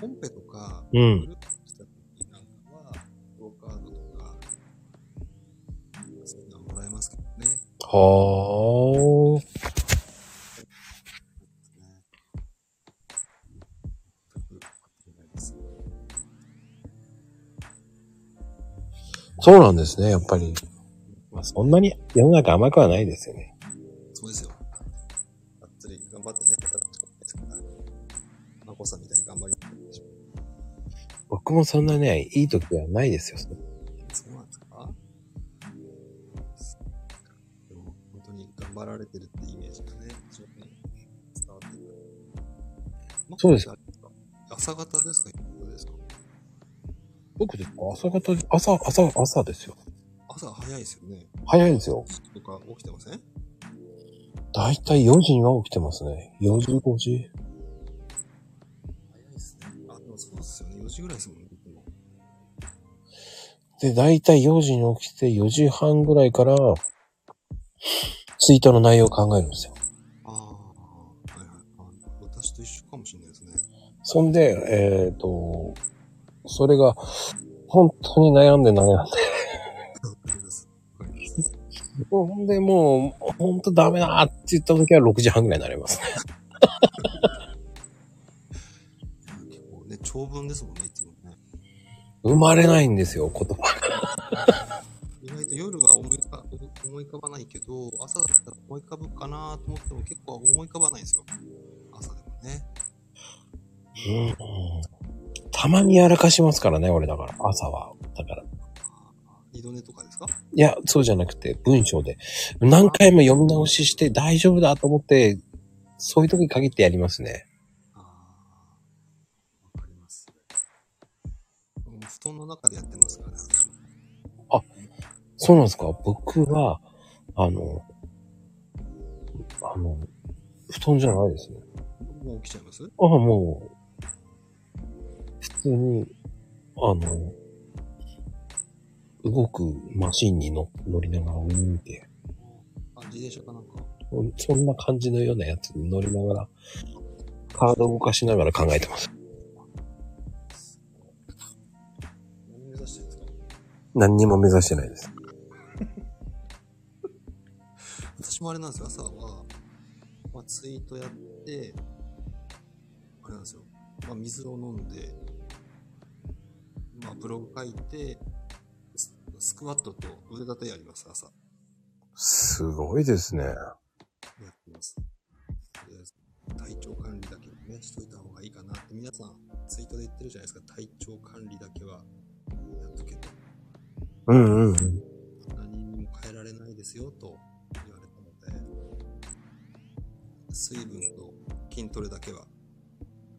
Speaker 2: コンペとか、
Speaker 1: う
Speaker 2: グ
Speaker 1: ん。
Speaker 2: ループした時なんかは、ローカードとか、そういうのはもらえますけどね。
Speaker 1: はあ。
Speaker 2: ね。全くないです。
Speaker 1: そうなんですね、やっぱり。まあそんなに世の中甘くはないですよね。
Speaker 2: そうですよ。がっつり頑張ってね、働くしかないですから。まこさんみたいに頑張り
Speaker 1: 僕もそんなね、いい時はないですよ。
Speaker 2: そうなんですかでも、本当に頑張られてるってイメージがね、非常に伝わってくる。
Speaker 1: そうです
Speaker 2: まこさんあれですか。朝方ですか夜ですか
Speaker 1: 僕ですか朝方、朝、朝、朝ですよ。
Speaker 2: 朝早いですよね。
Speaker 1: 早いですよ。
Speaker 2: とか起きてません
Speaker 1: だいたい4時には起きてますね。4時、5時。
Speaker 2: 早いですね。あ、でもそうですよね。4時ぐらいですもんね、いつも。
Speaker 1: で、だいたい4時に起きて4時半ぐらいから、ツイートの内容を考えるんですよ。
Speaker 2: ああ、はいはい。あ私と一緒かもしれないですね。
Speaker 1: そんで、えっ、と、それが、本当に悩んで悩んで。
Speaker 2: わか <laughs> ります。わかります。
Speaker 1: ほんで、もう、ほんとダメだって言った時は6時半ぐらいになりますね。
Speaker 2: 結構ね、長文ですもんね、いつもね。
Speaker 1: 生まれないんですよ、言葉が。
Speaker 2: 意外と夜は思いか思い浮かばないけど、朝だったら思い浮かぶかなと思っても結構思い浮かばないんですよ。朝でもね。
Speaker 1: うんたまにやらかしますからね、俺だから、朝は。だから。
Speaker 2: 二度寝とかですか
Speaker 1: いや、そうじゃなくて、文章で。何回も読み直しして大丈夫だと思って、そういう時限ってやりますね。
Speaker 2: ああ、わかります。もう布団の中でやってますからね、私も。
Speaker 1: そうなんですか僕は、あの、あの、の、布団じゃないですね。
Speaker 2: もう起きちゃいます
Speaker 1: ああ、もう、普通に、あの、動くマシンに乗乗りながら見て、
Speaker 2: あ、自転車かなんか。
Speaker 1: そんな感じのようなやつに乗りながら、体動かしながら考えてます。
Speaker 2: <laughs> 何目指してるんですか
Speaker 1: 何にも目指してないです。
Speaker 2: 私もあれなんですよ、朝は、まあ、ツイートやって、あれなんですよ、まあ、水を飲んで、まあ、ブログ書いて、ススクワットと腕立てやります、朝。
Speaker 1: すごいですね。
Speaker 2: やってます。とりあえず体調管理だけね、しといた方がいいかなって、皆さん、ツイートで言ってるじゃないですか、体調管理だけはやっとけと、
Speaker 1: うんうんうん。
Speaker 2: 何にも変えられないですよと言われたので、水分と筋トレだけは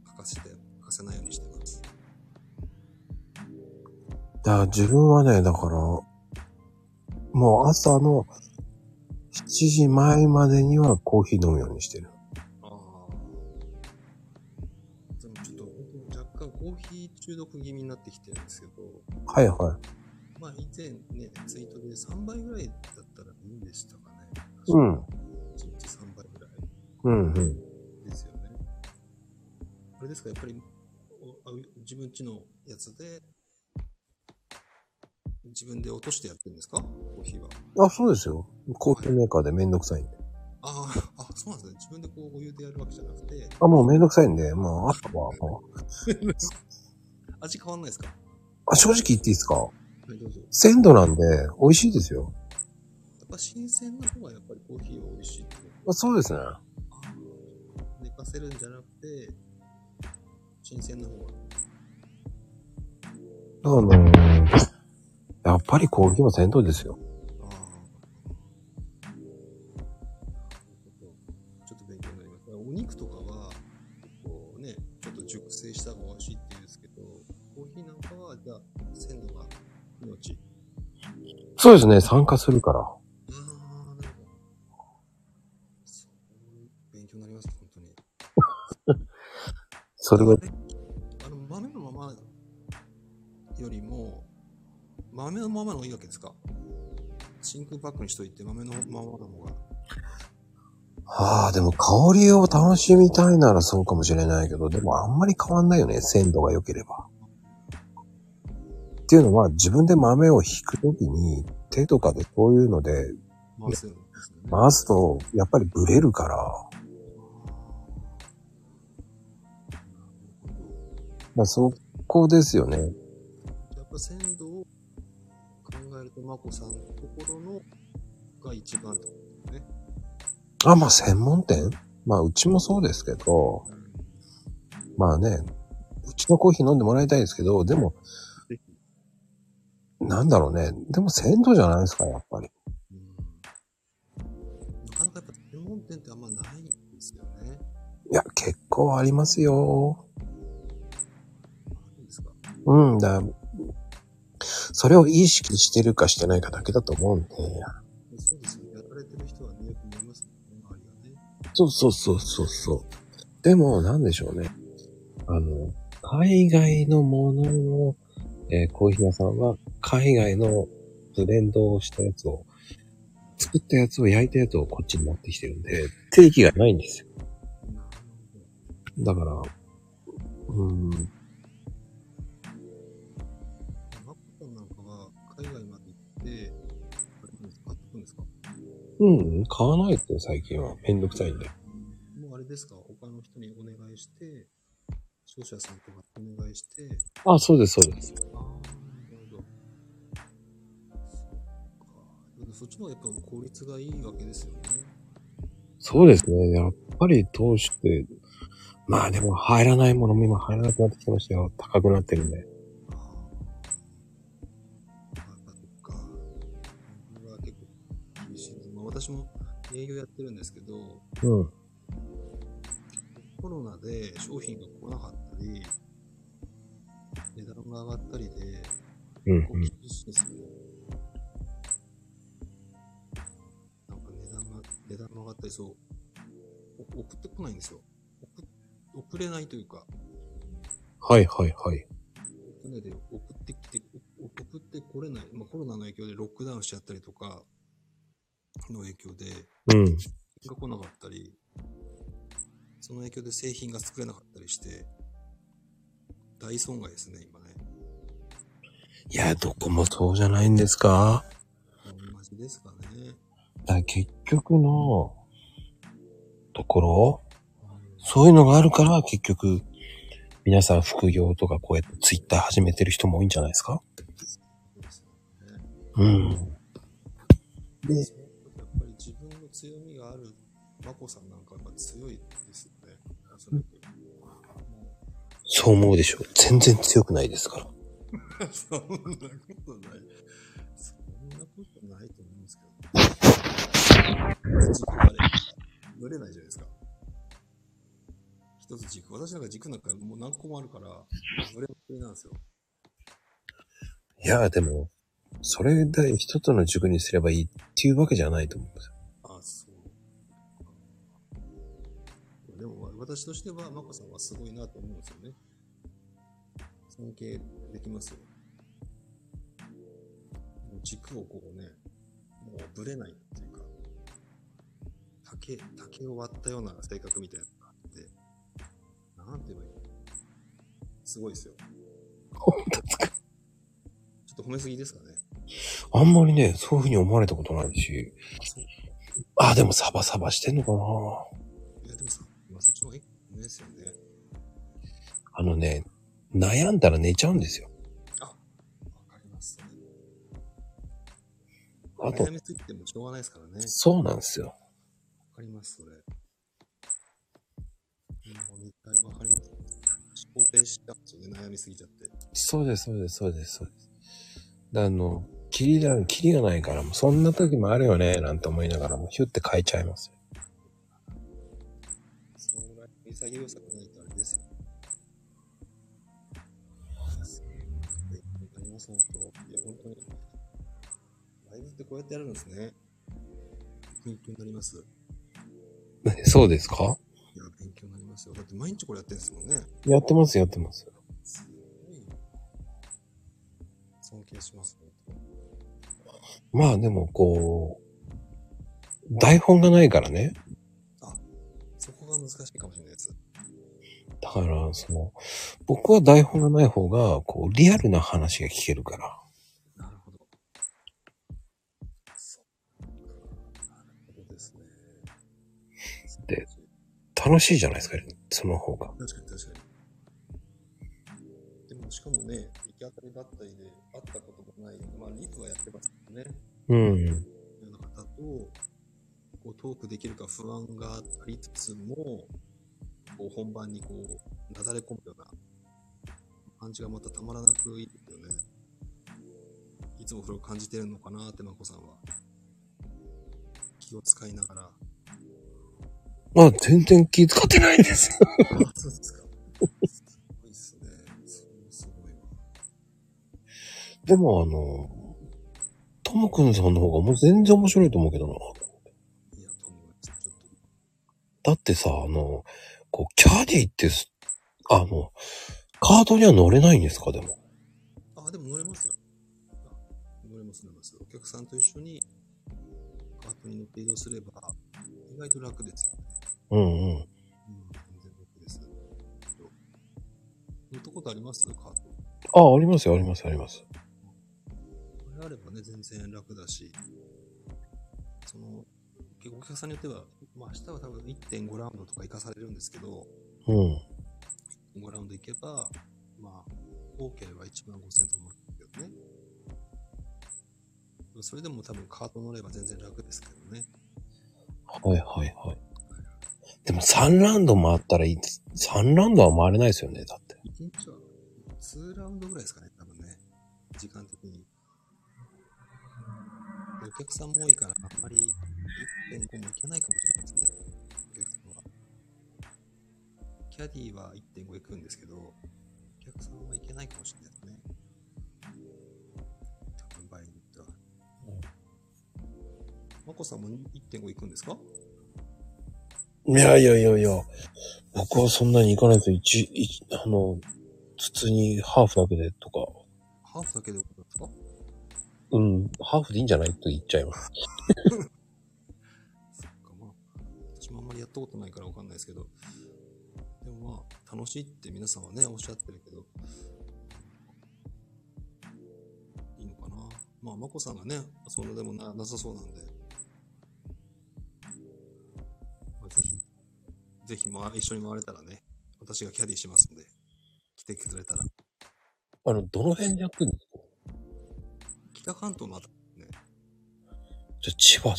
Speaker 2: 欠かして、欠かせないようにしてます。
Speaker 1: だから自分はね、だから、もう朝の7時前までにはコーヒー飲むようにしてる。
Speaker 2: ああ。でもちょっと、本当に若干コーヒー中毒気味になってきてるんですけど、
Speaker 1: はいはい。
Speaker 2: まあ以前ね、ツイートで3倍ぐらいだったらいいんでしたかね。
Speaker 1: うん
Speaker 2: 1日3倍ぐらい
Speaker 1: うんうん。
Speaker 2: ですよね。あれですか、やっぱり、おあ自分ちのやつで、自分で落としてやってるんですかコーヒーは。
Speaker 1: あ、そうですよ。コーヒーメーカーでめんどくさいんで。
Speaker 2: あーあ、そうなんですね。自分でこうお湯でやるわけじゃなくて、
Speaker 1: あ、もうめんどくさいんで、もう朝はもう。
Speaker 2: 味変わんないですかは
Speaker 1: あ、正直言っていいですか
Speaker 2: い、どうぞ。や
Speaker 1: 鮮度なんで美味しいですよ。
Speaker 2: っぱ新鮮な方がやっぱりコーヒーは美味しいっていう
Speaker 1: あそうですね。
Speaker 2: あー寝かせるんじゃなくて、新鮮な方が。
Speaker 1: あのー、やっぱりコーヒーは鮮度ですよ。
Speaker 2: ああ。ちょっと勉強になります。お肉とかは、こうね、ちょっと熟成した方が美味しいって言うんですけど、コーヒーなんかは、じゃあ、鮮度が命。
Speaker 1: そうですね。酸化するから。
Speaker 2: ああ、なんか、そう勉強になります、本当に。
Speaker 1: それは、
Speaker 2: あの、豆のままよりも、豆のままの方がいいわけですか真空パックにしといて、豆のままの方が。
Speaker 1: ああ、でも香りを楽しみたいならそうかもしれないけど、でもあんまり変わんないよね。鮮度が良ければ。っていうのは自分で豆を引くときに手とかでこういうので
Speaker 2: 回せるんですよね。
Speaker 1: 回すとやっぱりブレるから、まあ、そこですよね。
Speaker 2: やっぱ鮮度を考えると、まこさんのところのが一番と。
Speaker 1: あ、まあ専門店まあうちもそうですけど、まあね、うちのコーヒー飲んでもらいたいですけど、でも、なんだろうね。でも鮮度じゃないですか、やっぱり。
Speaker 2: うん、なかなかやっぱ専門店ってあんまないんですよね。
Speaker 1: いや、結構ありますよ。
Speaker 2: あるんですか
Speaker 1: うんだ。それを意識してるかしてないかだけだと思うんで。
Speaker 2: そうですよね。やられてる人はね、よく見ますもんね、周りがね。
Speaker 1: そうそうそうそうそう。でも、なんでしょうね。あの、海外のものの、えーコーヒー屋さんは、海外のブレンドをしたやつを、作ったやつを焼いたやつをこっちに持ってきてるんで、定義がないんですよ。
Speaker 2: な
Speaker 1: だ
Speaker 2: るほど。
Speaker 1: から、うん、
Speaker 2: マコさんなんかは海外まで行って、あれなんですか買ってくんですか
Speaker 1: うん、買わないって最近はめんどくさいんで。
Speaker 2: もうあれですか他の人にお願いして、商社さんとかにお願いして、
Speaker 1: あ、そうです、そうです。
Speaker 2: ああ、なるほど。そっか。そっちの方がやっぱ効率がいいわけですよね。
Speaker 1: そうですね。やっぱり通して、まあでも入らないものも今入らなくなってきましたよ。高くなってるんで。
Speaker 2: ああ。やっぱそっか。これは結構厳しいです。まあ私も営業やってるんですけど、
Speaker 1: うん。
Speaker 2: コロナで商品が来なかったり、値段が上がったりで、
Speaker 1: うん、
Speaker 2: こう厳しいですね。なんか値段が、値段も上がったりそう。お送ってこないんですよ。送送れないというか、
Speaker 1: はいはいはい。
Speaker 2: 船で送ってきて、お送ってこれない。まあ、コロナの影響でロックダウンしちゃったりとか、の影響で、
Speaker 1: うん。
Speaker 2: が来なかったり、その影響で製品が作れなかったりして、大損害ですね、今ね。
Speaker 1: いや、どこもそうじゃないんですか
Speaker 2: 同じですかね。
Speaker 1: だから結局のところ、そういうのがあるから結局、皆さん副業とかこうやってツイッター始めてる人も多いんじゃないですか
Speaker 2: そうですよね。
Speaker 1: うん。で、
Speaker 2: やっぱり自分の強みがある、まこさんなんかが強いですよね。おそらく。も
Speaker 1: そう思うでしょ全然強くないですから。
Speaker 2: うそんなことない。そんなことないと思うんですけど。軸がね、ぶれないじゃないですか。一つ軸。私なんか軸なんかもう何個もあるから、ぶれまくりなんですよ。
Speaker 1: いや、でも、それで一つの塾にすればいいっていうわけじゃないと思うんですよ。
Speaker 2: あ、そう。でも、わ私としては、マコさんはすごいなと思うんですよね。尊敬できますよ。もう軸をこうね、もうぶれないっていうか、竹、竹を割ったような性格みたいなのがあって、なんて言えばいいのすごいですよ。
Speaker 1: 本当ですか
Speaker 2: ちょっと褒めすぎですかね。
Speaker 1: あんまりね、そういうふうに思われたことないし。
Speaker 2: あ、そう。
Speaker 1: あ、でもサバサバしてんのかない
Speaker 2: や、でもさ、まあ、そっちの方がいいですよね。
Speaker 1: あのね、悩んだら寝ちゃうんですよ。
Speaker 2: わかります。
Speaker 1: あと
Speaker 2: 悩、みすぎてもしょうがないですからね。
Speaker 1: そうなんですよ。
Speaker 2: わかります、それ。もう絶対わかります。思考停止しちゃうんですよね、悩みすぎちゃって。
Speaker 1: そうです、そうです、そうです、そうです。あの、キリだ、キリがないから、もうそんな時もあるよね、なんて思いながらも、ヒュって変えちゃいますよ。
Speaker 2: そのぐらい潔さがないとあれですよ。わかります、本当。いや、本当に。ライブってこうやってやるんですね。勉強になります。い
Speaker 1: そうですか
Speaker 2: や、勉強になりますよ。だって毎日これやってるんですもんね。
Speaker 1: やってます、やってます。
Speaker 2: すごい。尊敬します、本
Speaker 1: まあでも、こう、台本がないからね。
Speaker 2: 当そこが難しいかもしれないです。
Speaker 1: だから、その、僕は台本がない方が、こう、リアルな話が聞けるから。
Speaker 2: なるほど。そう。なるほどですね。
Speaker 1: で楽しいじゃないですか、その方が。
Speaker 2: 確かに確かに。でもしかもね、行き当たりばったりで会ったこともない、まあリープはやってますけどね。
Speaker 1: うん。
Speaker 2: 世の方と、こうトークできるか不安がありつつも、こう本番にこう、なだれ込むような感じがまたたまらなくいいですよね。いつもそれを感じてるのかなって、まこさんは。気を使いながら。
Speaker 1: まあ、全然気遣ってないです。
Speaker 2: あそうですか。すごいっすね。それもすごいわ。
Speaker 1: でも、あの、ともくんさんの方がもう全然面白いと思うけどな。
Speaker 2: いや、と思います。ちょっと、
Speaker 1: だってさ、あの、こう、キャディってす、あの、カードには乗れないんですか、でも。
Speaker 2: あ、でも乗れますよ。あ乗れます、乗れます。お客さんと一緒にカートに乗って移動すれば、意外と楽ですよね。
Speaker 1: うんうん。
Speaker 2: うん、全然楽です。と乗ったことありますカート。
Speaker 1: あ、ありますよ、あります、あります。
Speaker 2: これあればね、全然楽だし、その、結構お客さんによっては、まあ明日は多分1.5ラウンドとか行かされるんですけど、
Speaker 1: うん。
Speaker 2: 5ラウンド行けば、まあ、多ければ1万5000と思うんだけどね。それでも多分カート乗れば全然楽ですけどね。
Speaker 1: はいはいはい。でも3ラウンド回ったらいい、3ラウンドは回れないですよね、だって。
Speaker 2: 1日は2ラウンドぐらいですかね、多分ね。時間的に。でお客さんも多いから、あんまり1.5も行けないかもしれないですね。お客さんは。キャディは1.5行くんですけど、お客さんは行けないかもしれないですね。多分場合によっては。まこさんも1.5行くんですか
Speaker 1: いやいやいやいや、僕はそんなに行かないですよ。一、一、あの、普通にハーフだけでとか、
Speaker 2: ハーフだけでよかったですか
Speaker 1: うん、ハーフでいいんじゃないと言っちゃいます。
Speaker 2: そっか、まあ、私もあんまりやったことないからわかんないですけど、でもまあ、楽しいって皆さんはね、おっしゃってるけど、いいのかな。まあ、まこさんがね、そんなでもななさそうなんで、まあ、ぜひ、ぜひ、まあ、一緒に回れたらね、私がキャディしますんで、来てくれたら、
Speaker 1: あの、どの辺でやってんですか
Speaker 2: 北関東のあたりね、
Speaker 1: じゃあ、千葉だ。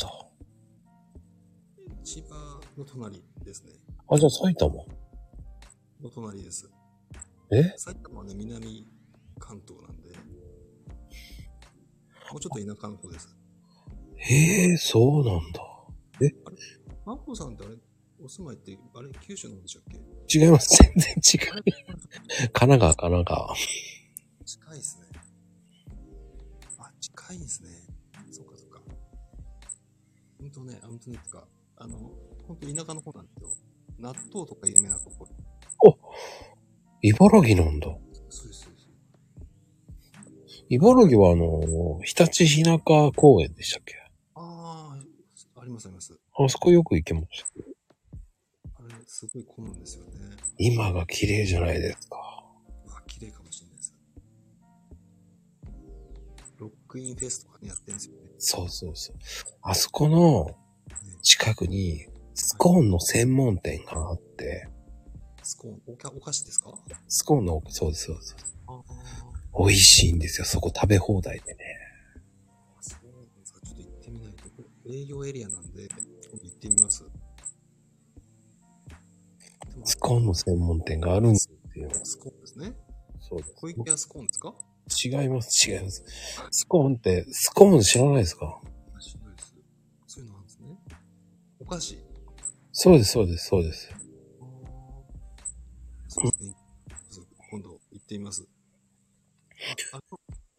Speaker 2: 千葉の隣ですね、
Speaker 1: あ、じゃあ埼玉。
Speaker 2: の隣です。
Speaker 1: え
Speaker 2: 埼玉はね、南関東なんで、もうちょっと田舎の方です。
Speaker 1: へえ、そうなんだ。
Speaker 2: マコさんってあれ、お住まいって、あれ、九州の方でしたっけ
Speaker 1: 違います。全然違う。神奈川、神奈川。
Speaker 2: 近いですね。あ、近いですね。そっかそっか。ほんとね、ほんとに、つか、あの、ほんと田舎の方なんですよ。納豆とか有名なところ。
Speaker 1: 茨城なんだ。
Speaker 2: そうです、そうです。
Speaker 1: 茨城はあの、日立日中公園でしたっけ
Speaker 2: ああ、ありますあります。
Speaker 1: あそこよく行けました。
Speaker 2: あれ、すごい混むんですよね。
Speaker 1: 今が綺麗じゃないですか。
Speaker 2: まあ、綺麗かもしれないです。ロックインフェスとかにやってるんですよね。
Speaker 1: そうそうそう。あそこの近くにスコーンの専門店があって、
Speaker 2: スコーン、おかお菓子ですか
Speaker 1: スコーンの、そうです、そうです。
Speaker 2: ああ、
Speaker 1: 美味しいんですよ。そこ食べ放題でね。
Speaker 2: そうなんですか。ちょっと行ってみないと。これ営業エリアなんで、行ってみます。でも
Speaker 1: スコーンの専門店があるんですよ。
Speaker 2: スコーンですね。
Speaker 1: そうで
Speaker 2: 小池屋スコーンですか
Speaker 1: す。違います、違います。スコーンって、スコーン知らないですか
Speaker 2: しんどいです。そういうのあるんですね。お菓子。
Speaker 1: そうです、そうです、そうです。
Speaker 2: ああ。そうですね。そう今度行ってみます。ああ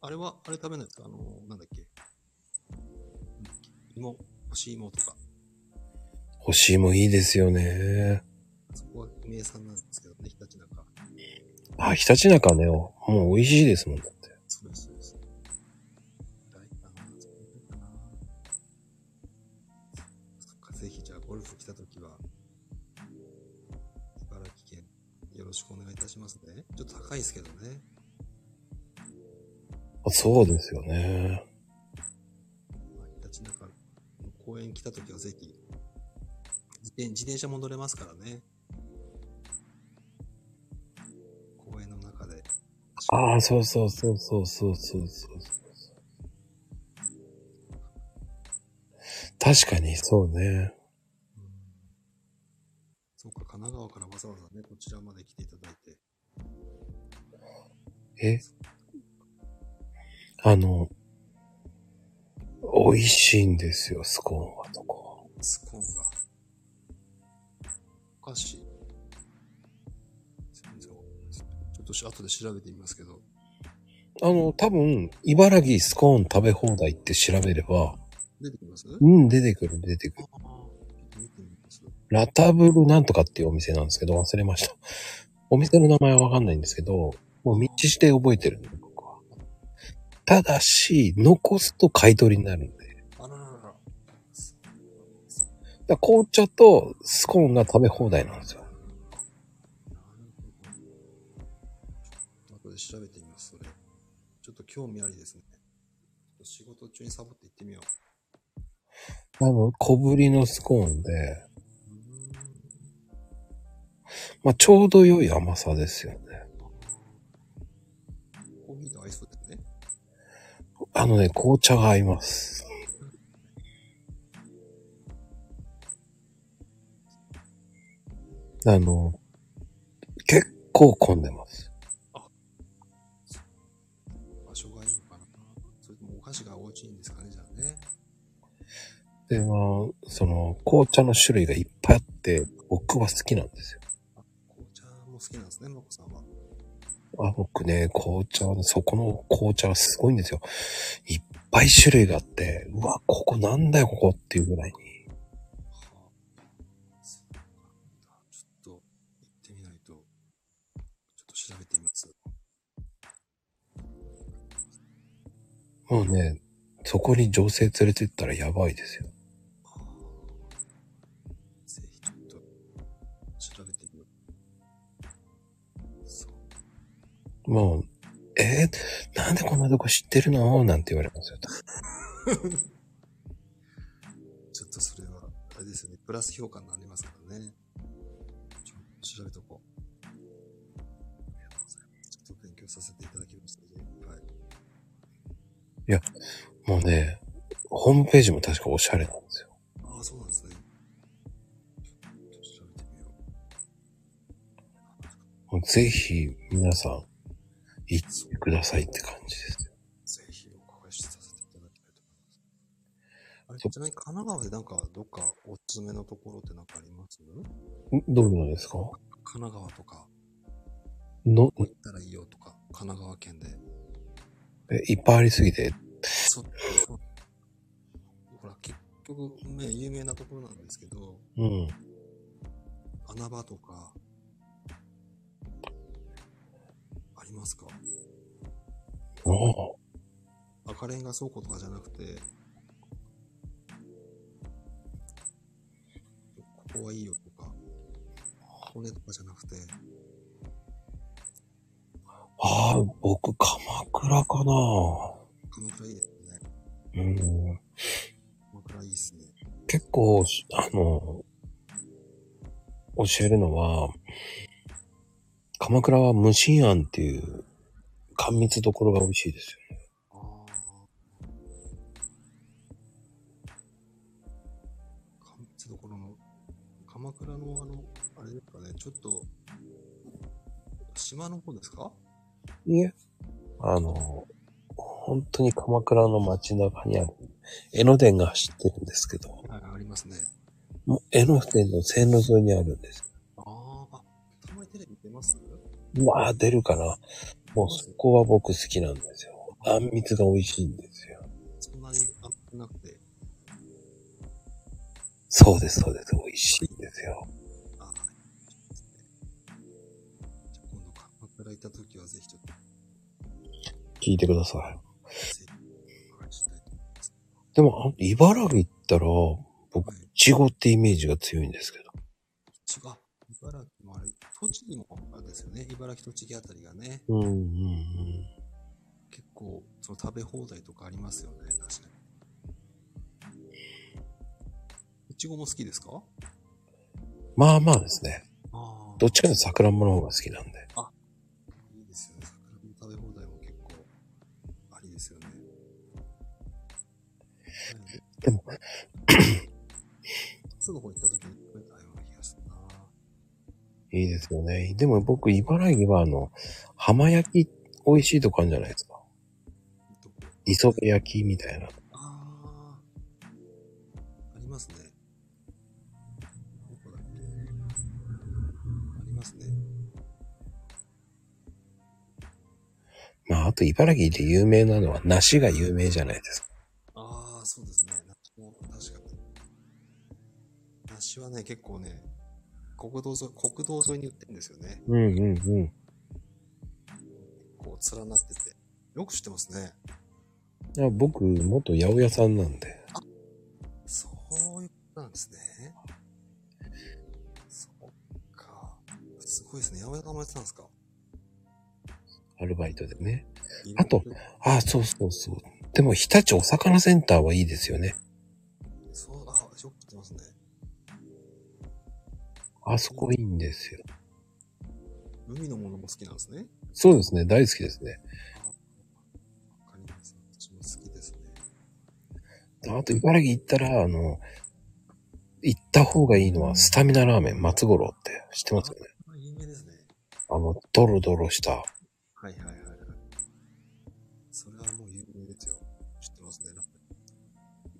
Speaker 2: あれは、あれ食べないですかあの、なんだっけ。芋、干し芋とか。
Speaker 1: 欲しいもいいですよね。
Speaker 2: そこは名産なんですけどね、ひたちなんか。
Speaker 1: あ、ひたちなかね、もう美味しいですもん、だって。
Speaker 2: そうです、そうです。大かな、それぐらいかな。そっか、ぜひじゃあゴルフ来たときは、茨城県、よろしくお願いいたしますね。ちょっと高いですけどね。
Speaker 1: あそうですよね。
Speaker 2: まあ、ひたちなか公園来たときはぜひ、自転自転車も乗れますからね。公園の中で。
Speaker 1: ああ、そうそうそうそうそうそうそう。確かに、そうね。
Speaker 2: うんそうか、神奈川からわざわざね、こちらまで来ていただいて。
Speaker 1: えあの、美味しいんですよ、スコーンはとこ。
Speaker 2: スコーンが。お菓子。全然わかんないですちょっとし後で調べてみますけど。
Speaker 1: あの、多分、茨城スコーン食べ放題って調べれば、
Speaker 2: 出てきますあ
Speaker 1: うん、出てくる、出てくる。。
Speaker 2: あちょっと見てみます。
Speaker 1: ラタブルなんとかっていうお店なんですけど、忘れました。お店の名前はわかんないんですけど、もう道して覚えてるんで、僕は。ただし、残すと買い取りになるんで。
Speaker 2: あらららら。
Speaker 1: だから紅茶とスコーンが食べ放題なんですよ。
Speaker 2: なるほど。後で調べてみます、それ。ちょっと興味ありですね。ちょっと仕事中にサボって行ってみよう。
Speaker 1: あの、小ぶりのスコーンで、
Speaker 2: うーん
Speaker 1: まあ、ちょうど良い甘さですよね。
Speaker 2: コーヒーと合いそうですね。
Speaker 1: あのね、紅茶が合います。あの、結構混んでます。
Speaker 2: 場所がいいのかな。それともお菓子がお家にいいんですかね、じゃあね。
Speaker 1: で、まあ、その、紅茶の種類がいっぱいあって、僕は好きなんですよ。
Speaker 2: 紅茶も好きなんですね、まこさんは。
Speaker 1: あ、僕ね、紅茶はね、そこの紅茶がすごいんですよ。いっぱい種類があって、うわ、ここなんだよ、ここっていうぐらいに。
Speaker 2: はあ、そうか
Speaker 1: もうね、そこに女性連れてったらやばいですよ。
Speaker 2: ぜひちょっと調べてみよう。そう。
Speaker 1: もう、えー、なんでこんなとこ知ってるのなんて言われますよ。
Speaker 2: ちょっとそれは、あれですよね。プラス評価になりますからね。ちょっと調べとこう。ありがとうございます。ちょっと勉強させていただきましたけど、はい。
Speaker 1: もうね、ホームページも確かおしゃれなんですよ。
Speaker 2: ああ、そうなんですね。ちょっと調べてみよう。
Speaker 1: もうぜひ、皆さん、行ってくださいって感じです。
Speaker 2: ぜひお伺いさせていただきたいと思います。あれ
Speaker 1: そ
Speaker 2: ちなみに神奈川でなんかどっかおすすめのところってなんかあります
Speaker 1: んどういうのですか
Speaker 2: 神奈川とか、
Speaker 1: の、
Speaker 2: こう行ったらいいよとか、神奈川県で。
Speaker 1: えいっぱいありすぎて、
Speaker 2: そう。そうほら、結局、ね、有名なところなんですけど、
Speaker 1: うん。
Speaker 2: 穴場とか、ありますか
Speaker 1: も
Speaker 2: 赤レンガ倉庫とかじゃなくて、ここはいいよとか、骨とかじゃなくて、
Speaker 1: うああ、僕、鎌倉かな
Speaker 2: 鎌倉いいですね。
Speaker 1: うん。
Speaker 2: 鎌倉いいですね。
Speaker 1: 結構、しあの、教えるのは、鎌倉は無心庵っていう、甘蜜どころが美味しいですよ。
Speaker 2: ああ。かんつどころの、鎌倉のあの、あれですかね、ちょっと、島の方ですか
Speaker 1: いえ。あの、本当に鎌倉の街中にある、江ノ電が走ってるんですけど、
Speaker 2: はい、ありますね。
Speaker 1: もう江ノ電の線路沿いにあるんです。
Speaker 2: ああ、あ、たまにテレビ出ます
Speaker 1: うわあ、出るかな。もうそこは僕好きなんですよ。あんみつが美味しいんですよ。
Speaker 2: そんなにあってなくて。
Speaker 1: そうです、そうです。美味しいんですよ。
Speaker 2: ああ、いいですね。じゃあ今度鎌倉行った時はぜひちょっと、
Speaker 1: 聞いてください。
Speaker 2: ぜひお伺いしたいと思います。
Speaker 1: でも、あ茨城行ったら、僕、
Speaker 2: はい
Speaker 1: い。ちごってイメージが強いんですけど。
Speaker 2: 一番茨城もあれ、栃木もあれですよね。茨城、栃木あたりがね。
Speaker 1: うんうんうん。
Speaker 2: 結構その食べ放題とかありますよね確かにいちごも好きですか
Speaker 1: まあまあですね。
Speaker 2: あ
Speaker 1: どっちかというと桜んぼの方が好きなんで。
Speaker 2: いいですよね桜の食べ放題も結構ありですよね
Speaker 1: でも
Speaker 2: すぐこう行った時に食べたような気がしたない
Speaker 1: いですよね。でも僕、茨城はあの、浜焼き美味しいとこあるんじゃないですか。
Speaker 2: どこ
Speaker 1: 磯辺焼きみたいな。
Speaker 2: ああありますねどこだっけありますね
Speaker 1: まあ、あと茨城で有名なのは梨が有名じゃないですか。
Speaker 2: ああ、そうですね。梨も確かに。梨はね、結構ね、国道沿い、国道沿いに売ってるんですよね。
Speaker 1: うんうんうん。
Speaker 2: こう連なってて。よく知ってますね。
Speaker 1: いや僕、元八百屋さんなんで。
Speaker 2: そういうことなんですね。そっか。すごいですね。八百屋さんもやってたんですか
Speaker 1: アルバイトでね。あと。ああ、そうそうそう。でも、日立お魚センターはいいですよね。
Speaker 2: そう、あ、よく知ってますね。
Speaker 1: あそこいいんですよ。
Speaker 2: 海のものも好きなんですね。
Speaker 1: そうですね。大好きですね。
Speaker 2: わかります。私も好きですね。
Speaker 1: あと、茨城行ったら、あの、行った方がいいのは、スタミナラーメン、松五郎って知ってますよね。
Speaker 2: あ有名ですね。
Speaker 1: あの、ドロドロした。
Speaker 2: はいはいはいはい。それはもう有名ですよ。知ってますね。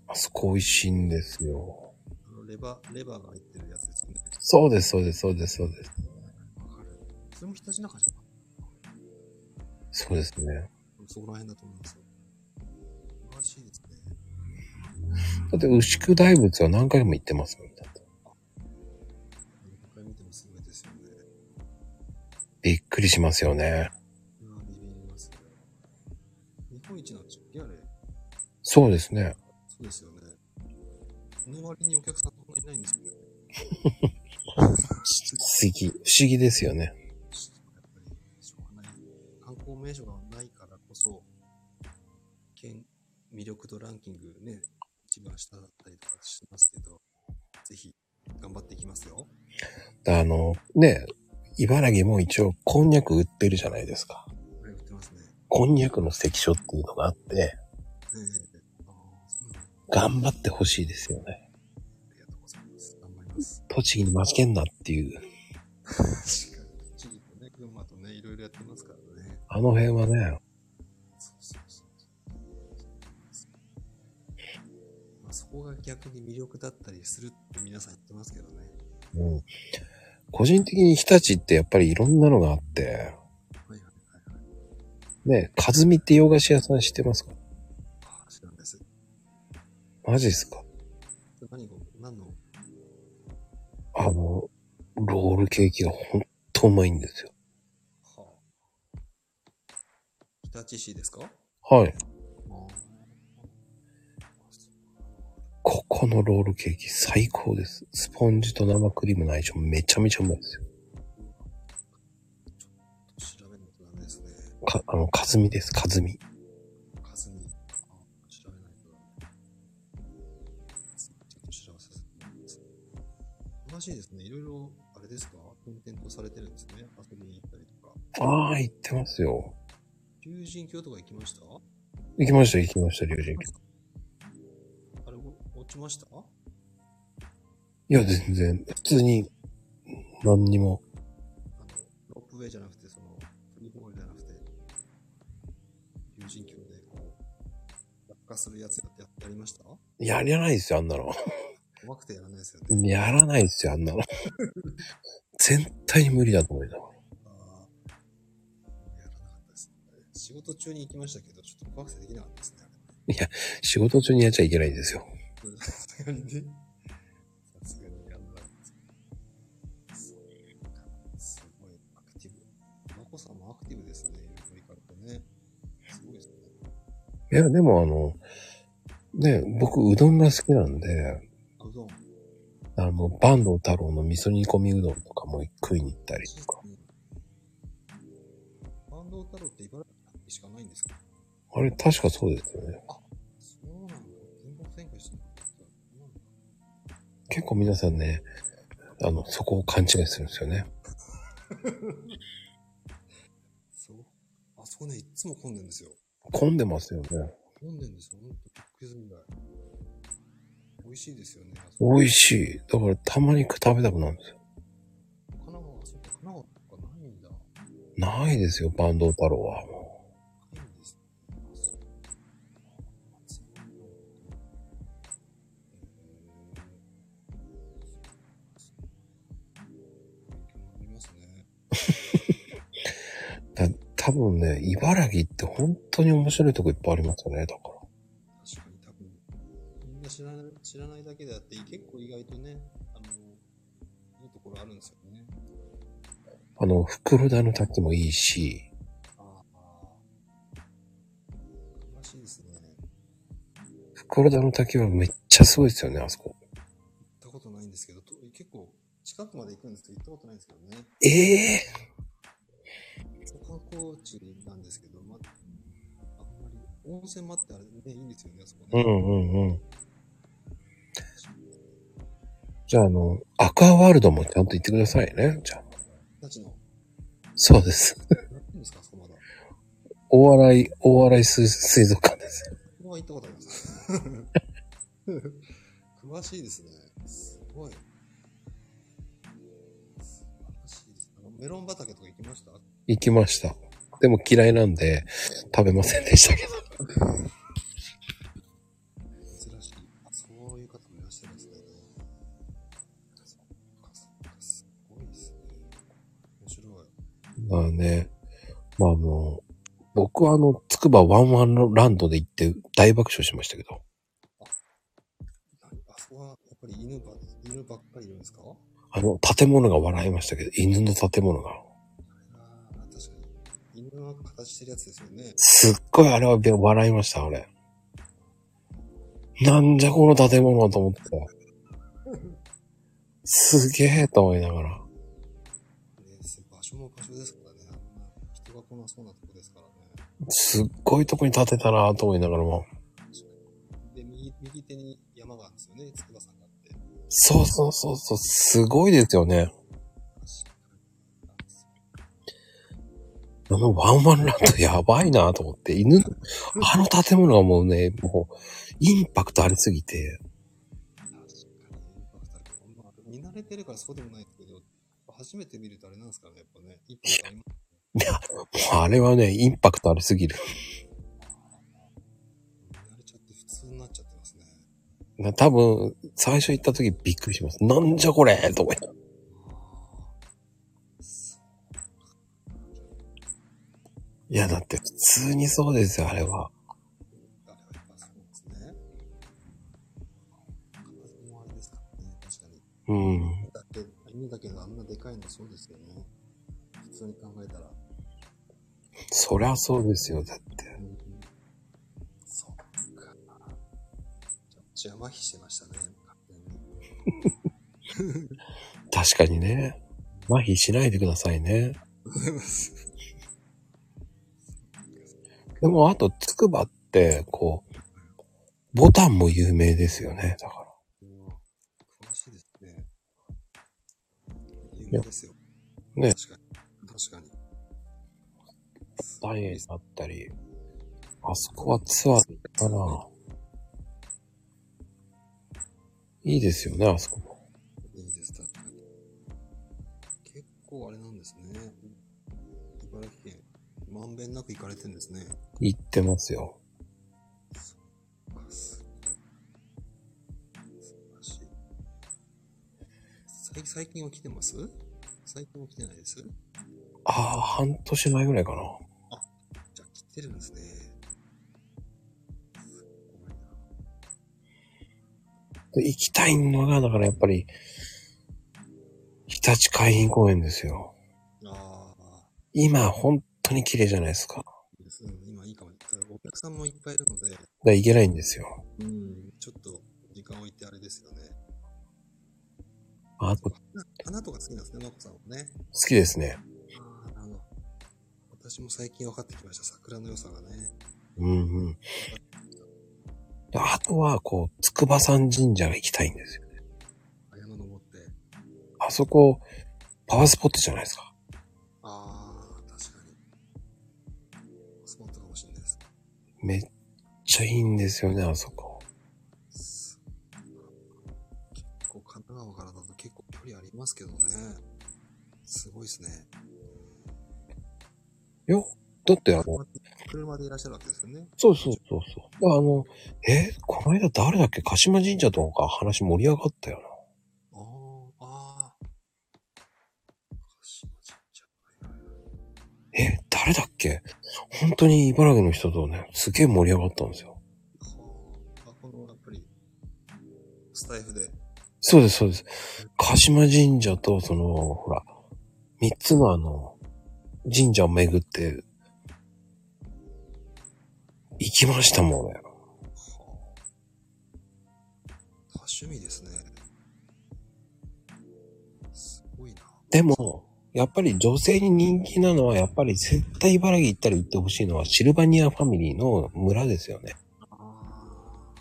Speaker 1: あそこ美味しいんですよ。
Speaker 2: あのレバー、レバーが入ってるやつですよね。
Speaker 1: そうです、そうです、そうです、そうです。
Speaker 2: わかる。それもひたちなかじゃん。
Speaker 1: そうですね。
Speaker 2: そこら辺だと思いますよ。素晴らしいですね。
Speaker 1: だって、牛久大仏は何回も行ってますもんね。
Speaker 2: 何回見てもすごいですよね。
Speaker 1: びっくりしますよね。
Speaker 2: うわ、ビビりますね。日本一なんでしょっけあれ。
Speaker 1: そうですね。
Speaker 2: そうですよね。その割にお客さんそんなにいないん <laughs> ですよね。
Speaker 1: 不思議。不思議ですよね。
Speaker 2: やっぱり、しょうがない。観光名所がないからこそ、県、魅力度ランキングね、一番下だったりとかしてますけど、ぜひ、頑張っていきますよ。
Speaker 1: あの、ね、茨城も一応こんにゃく売ってるじゃないですか。
Speaker 2: これ売ってますね。ね
Speaker 1: こんにゃくの関所っていうのがあって、
Speaker 2: えああ、そうなんだ。
Speaker 1: 頑張ってほしいですよね。
Speaker 2: ありがとうございます。頑張ります。
Speaker 1: 栃木に負けんなっていう、
Speaker 2: 確かに。地域とね、群馬とね、いろいろやってますからね。
Speaker 1: あの辺はね、
Speaker 2: そうそうそうそう。まあ、そこが逆に魅力だったりするって皆さん言ってますけどね。
Speaker 1: うん。個人的に日立ってやっぱりいろんなのがあって、
Speaker 2: はいはいはいはい。
Speaker 1: ね、かずみって洋菓子屋さん知ってますか
Speaker 2: ああ、知らんです。
Speaker 1: マジですか
Speaker 2: 何が、何の、
Speaker 1: あの、ロールケーキがほんとうまいんですよ。
Speaker 2: はあ。日立市ですかあ
Speaker 1: はい。
Speaker 2: あ。
Speaker 1: ここのロールケーキ最高です。スポンジと生クリームの相性めちゃめちゃうまいですよ。
Speaker 2: 調べないとダメですね。
Speaker 1: か、あの、かずみです、かずみ。
Speaker 2: 数に。ああ、調べないとダメ。ちょっと調べさせてもらいます。詳しいですね。いろいろ、あれですか転々とされてるんですね。遊びに行ったりとか。
Speaker 1: ああ、行ってますよ。
Speaker 2: 竜神峡とか行きました行
Speaker 1: 行きました、行きました、竜神
Speaker 2: き
Speaker 1: 峡。
Speaker 2: たあれ、お落ちました
Speaker 1: いや、全然、普通に、何にも。
Speaker 2: あの、ロープウェイじゃなくて、その、フリーフォールじゃなくて、友人橋で、こう、落下するやつやってやりました
Speaker 1: やりゃないですよ、あんなの。
Speaker 2: 怖くてやらないですよね。
Speaker 1: やらないですよ、あんなの。絶対に無理だと思いながら。
Speaker 2: ああ、やらなかったですね。仕事中に行きましたけど、ちょっと怖くてできなかったですね、あれ。
Speaker 1: 仕事中にやっちゃいけないですよ。
Speaker 2: さすがにね。さすがにやんないですすごいアクティブ。マコさんもアクティブですね、ゆるからね。すごいですね。
Speaker 1: いや、でもあの、ね、僕、うどんが好きなんで、
Speaker 2: あ、うどん。
Speaker 1: あの、坂東太郎の味噌煮込みうどんとかも食いに行ったりとか。
Speaker 2: バンド太郎って茨城にしかないんですか
Speaker 1: あれ、確かそうですよね。
Speaker 2: そうなんだ。全国展開してなかった。
Speaker 1: 結構皆さんね、あの、そこを勘違いするんですよね。
Speaker 2: そう。あそこね、いっつも混んでんですよ。
Speaker 1: 混んでますよね。
Speaker 2: 混んでんですよ。ほんとびっくりするぐらい。美味しいですよね。あそこ
Speaker 1: 美味しい。だから、たまに食べたくなるんですよ。
Speaker 2: 神奈川、そうか、神奈川とかないんだ。
Speaker 1: ないですよ、坂東太郎は。も
Speaker 2: いいんですね。あそうあそうなんだへー勉強になりますね。
Speaker 1: うだ多分ね、茨城って本当に面白いとこいっぱいありますよね、だから。
Speaker 2: 確かに多分、みんな知らない、知らないだけであって、結構意外とね、あの、いいところあるんですよね。
Speaker 1: あの、袋田の滝もいいし、
Speaker 2: ああ。らしいですね。行っ
Speaker 1: 袋田の滝はめっちゃすごいですよね、あそこ。
Speaker 2: たことないんですけど、と結構、近くまで行くんですけど、行ったことないんですけどね。
Speaker 1: ええ
Speaker 2: 観光地なんですけど、ま、あんまり、温泉もあってあれね、いいんですよね、あそこ
Speaker 1: うん
Speaker 2: ね。
Speaker 1: うんうん。じゃあ、あの、アクアワールドもちゃんと行ってくださいね。じゃあ。
Speaker 2: たちの、
Speaker 1: そうです。
Speaker 2: やってんですか、あそこまだ。こ
Speaker 1: 大洗、大洗水水族館です。
Speaker 2: こは行ったことあります。詳しいですね。すごい。素晴らしいです。あのメロン畑とか行きました
Speaker 1: 行きました。でも嫌いなんで、食べませんでしたけど。
Speaker 2: 珍しい。あそういう方もいらっしゃるんですね。そっかそっかすごいですね。面白い。
Speaker 1: まあね、まああの、僕はあの、つくばワンワンランドで行って大爆笑しましたけど。
Speaker 2: 何あそこはやっぱり犬ば犬ばっかりいるんですか
Speaker 1: あの、建物が笑いましたけど、犬の建物が。
Speaker 2: ああ、確かに。犬の形してるやつですよね。
Speaker 1: すっごいあれは笑いました、あれ。なんじゃこの建物と思って。すげえと思いながら。
Speaker 2: です場所も場所ですからね。人が来なそうなとこですからね。
Speaker 1: すっごいとこに建てたなと思いながらも。
Speaker 2: で、右右手に山があるんですよね、筑波山があって。
Speaker 1: そうそうそうそう、すごいですよね。
Speaker 2: なんです
Speaker 1: あ
Speaker 2: よ
Speaker 1: のワンワンランドやばいなと思って、犬、あの建物はもうね、もう、インパクトありすぎて、
Speaker 2: 確かに、インパクトあるけどまあ見慣れてるからそうでもないですけど、初めて見るとあれなんですからね、やっぱね。一歩あります
Speaker 1: もうあれはね、インパクトありすぎる。
Speaker 2: 見慣れちゃって普通になっちゃってますね。
Speaker 1: 多分、最初行った時びっくりします。なんじゃこれと思って。いや、だって普通にそうですよ、あれは。
Speaker 2: あれはやっぱそうですね。風もあれですからね、確かに。
Speaker 1: うん。
Speaker 2: だって、犬だけがあんなでかいのそうですよね。普通に考えたら。
Speaker 1: そりゃそうですよ、だって。
Speaker 2: そっか。じゃあ、邪魔ひしてましたね。完全に
Speaker 1: 確かにね。麻痺しないでくださいね。でも、あと、つくばって、こう、ボタンも有名ですよね、だから。
Speaker 2: うわ詳しいですね。有名ですよ。
Speaker 1: ね
Speaker 2: 確かに。確かに。
Speaker 1: ダイエーだったり、あそこはツアーだな。いいですよね、あそこも。
Speaker 2: いいです、確かに。結構あれなんですね。茨城県、まんべんなく行かれてるんですね。
Speaker 1: 行ってますよ。
Speaker 2: 素晴らしい。最最近は来てます最近は来てないです
Speaker 1: ああ、半年前ぐらいかな。
Speaker 2: じゃあ来てるんですね。すごいな。
Speaker 1: で行きたいのが、だからやっぱり、日立海浜公園ですよ。
Speaker 2: ああ、
Speaker 1: 今、本当に綺麗じゃないですか。だか
Speaker 2: いいです。うん今いいかも。ただお客さんもいっぱいいるので、
Speaker 1: ら行けないんですよ。
Speaker 2: うん、ちょっと時間置いてあれですよね。
Speaker 1: あと、好
Speaker 2: な花とか好きなんですね、まこさんはね。
Speaker 1: きですね。
Speaker 2: ああ、なるほど。私も最近分かってきました、桜の良さがね。
Speaker 1: うんうん。であとは、こう、筑波山神社が行きたいんですよ。
Speaker 2: 山登って。
Speaker 1: あそこ、パワースポットじゃないですか。
Speaker 2: ああ、確かに。スポットかもしれないです。
Speaker 1: めっちゃいいんですよね、あそこ。
Speaker 2: 結構神奈川からだと結構距離ありますけどね。すごいですね。
Speaker 1: よ、だってあの、
Speaker 2: 車で車でいらっしゃるわけですよね。
Speaker 1: そうそうそうそう。あの、えーこの間誰だっけ鹿島神社とか話盛り上がったよ
Speaker 2: ああ、ああ。鹿島神社。はいはいはい
Speaker 1: な。えー誰だっけ本当に茨城の人とね、すげえ盛り上がったんですよ。
Speaker 2: はあ、あこのやっぱり、スタイフで。
Speaker 1: そうです、そうです。鹿島神社と、その、ほら、三つのあの、神社を巡って、行きましたもん、ね。
Speaker 2: はあ、多趣味ですね。すごいな。
Speaker 1: でも、やっぱり女性に人気なのは、やっぱり絶対茨城行ったら行ってほしいのは、シルバニアファミリーの村ですよね。
Speaker 2: ああ。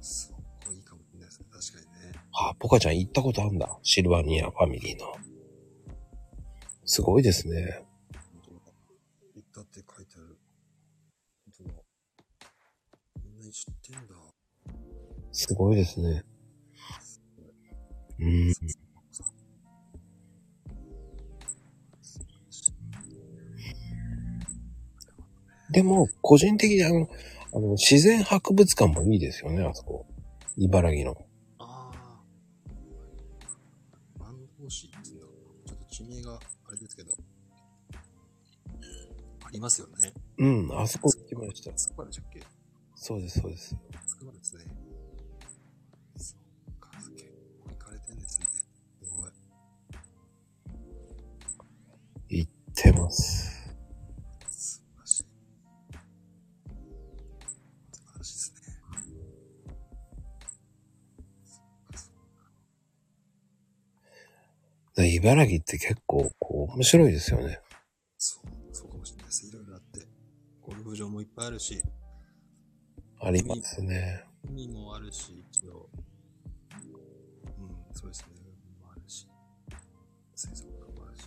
Speaker 2: そこいいかもしれないですね。確かにね。
Speaker 1: あ、ポカちゃん行ったことあるんだ。シルバニアファミリーの。すごいですね。
Speaker 2: 本当だ。行ったって書いてある。本当だ。みんな知ってんだ。
Speaker 1: すごいですね。うん。でも、個人的にあの、あの、自然博物館もいいですよね、あそこ。茨城の。
Speaker 2: ああ。万能市っていうんだろうな。ちょっと地名があれですけど。ありますよね。
Speaker 1: うん、あそこ行きました。
Speaker 2: つくばでしたっけ
Speaker 1: そうです、そうです。
Speaker 2: つくばですね。そっか、結構行かれてんですね。すごい。
Speaker 1: 行ってます。
Speaker 2: 素晴らしい。素晴らしい
Speaker 1: で茨城って結構こう面白いですよね。
Speaker 2: そう、そうかもしれないです。いろいろあって。ゴルフ場もいっぱいあるし、
Speaker 1: ありますね。
Speaker 2: 海もあるし、一応。うん、そうですね。海もあるし、水族館もあるし。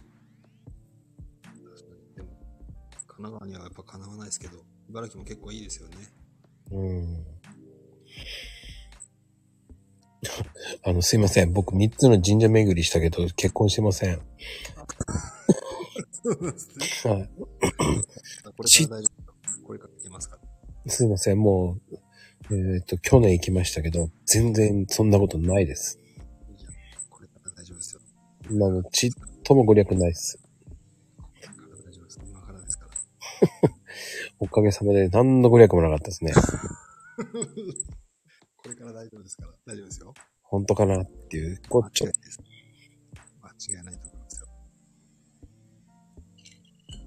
Speaker 2: 確かに。でも、神奈川にはやっぱかなわないですけど、茨城も結構いいですよね。
Speaker 1: うん。 <laughs> あの、すいません。僕3つの神社巡りしたけど、結婚してません。
Speaker 2: そうですね。
Speaker 1: はい。
Speaker 2: これから大丈夫。これから行けますか
Speaker 1: すいません。もう、えっ、と、去年行きましたけど、全然そんなことないです。
Speaker 2: いいじゃん。これから大丈夫ですよ。
Speaker 1: あの、ちっともご利益ないです。
Speaker 2: これから大丈夫です。今からですから。
Speaker 1: おかげさまで何のご利益もなかったですね。
Speaker 2: これから大丈夫ですから。大丈夫ですよ。
Speaker 1: 本当かなっていう。こっち
Speaker 2: 間
Speaker 1: ょ
Speaker 2: 違いないです。間違いないと思いますよ。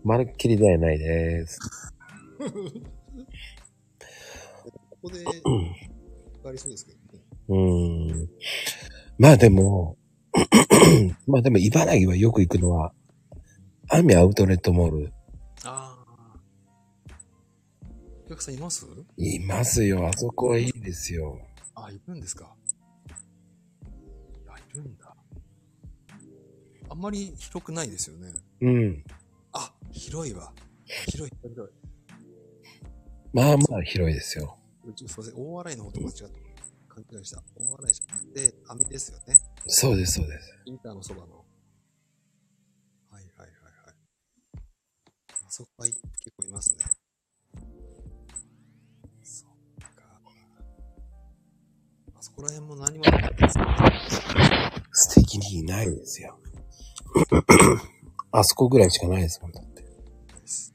Speaker 1: まるっきりではないです。
Speaker 2: ここで、変わりそうですけどね。
Speaker 1: うーん。まあでも、 <clears throat> まあでも茨城はよく行くのは、アミアウトレットモール。
Speaker 2: ああ。お客さんいます
Speaker 1: いますよ。あそこはいいですよ。
Speaker 2: あ、いるんですか。あ、いるんだ。あんまり広くないですよね。
Speaker 1: うん。
Speaker 2: あ、広いわ。広い、広い。
Speaker 1: まあまあ広いですよ。
Speaker 2: うち、すいません、大洗の方と間違った。勘違いした。大洗じゃなくて、網ですよね。
Speaker 1: そうです、そうです。
Speaker 2: インターのそばの。はいはいはいはい。あそこはい結構いますね。そっか。あそこら辺も何もなかったですね。
Speaker 1: 素敵にいないですよ。 <coughs> あそこぐらいしかないですもん、だって。
Speaker 2: です。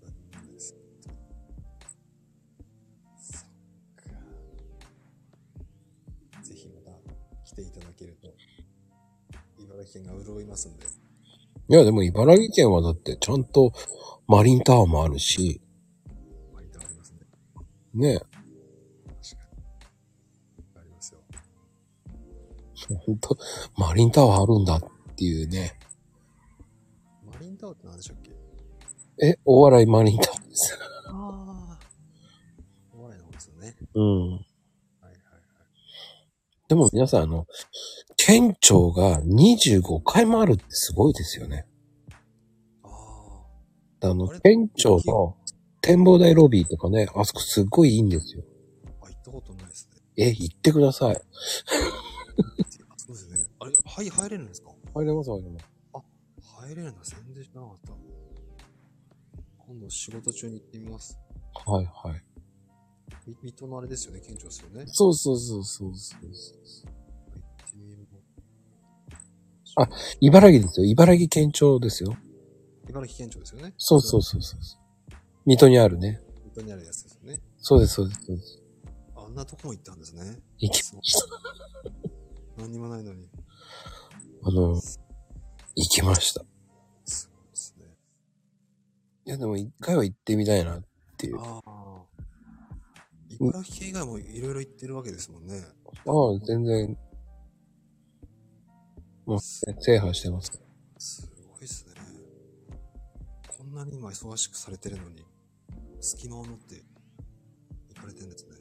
Speaker 2: 何もないです。そっか。ぜひまた来ていただけると、茨城県が潤いますんで。
Speaker 1: いや、でも茨城県はだってちゃんとマリンタワーもあるし、
Speaker 2: まあ、いただきますね。
Speaker 1: ね、
Speaker 2: 確かに。ありますよ。
Speaker 1: 本当マリンタワーあるんだっていうね。
Speaker 2: マリンタワーって何でしたっけ
Speaker 1: え、お笑いマリンタワーです。
Speaker 2: ああ。お笑いの方ですよね。
Speaker 1: うん。
Speaker 2: はいはいはい。
Speaker 1: でも皆さん、あの、県庁が25回もあるってすごいですよね。
Speaker 2: ああ。
Speaker 1: あの
Speaker 2: あれ、
Speaker 1: 県庁の展望台ロビーとかね、あそこすごいいいんですよ。
Speaker 2: あ、行ったことないですね。
Speaker 1: え、行ってください。
Speaker 2: あそうですね。あれ、はい、入れるんですか
Speaker 1: 入れます、入れます。
Speaker 2: 入れるのは全然知らなかった。今度仕事中に行ってみます。
Speaker 1: はい、はい。
Speaker 2: み水戸のあれですよね、県庁ですよね。行
Speaker 1: そうそうそうそうそうそう。
Speaker 2: ってみよう
Speaker 1: あ茨城ですよ。茨城県庁ですよ。
Speaker 2: 茨城県庁ですよね。
Speaker 1: そうそうそうそうそう。水戸にあるね。
Speaker 2: 水戸にあるやつですよね。
Speaker 1: そうです、そうです。そうです
Speaker 2: あんなとこも行ったんですね。
Speaker 1: 行き
Speaker 2: そう
Speaker 1: ました。
Speaker 2: 何にもないのに。
Speaker 1: あの、行きました。い
Speaker 2: すごいですね。
Speaker 1: や、でも一回は行ってみたいなっていう。あ
Speaker 2: ああ。茨城県以外もいろいろ行ってるわけですもんね。
Speaker 1: あ、全然、もう、ね、制覇してます。
Speaker 2: すごいですね。こんなに今忙しくされてるのに、隙間を縫って行かれてるんですね。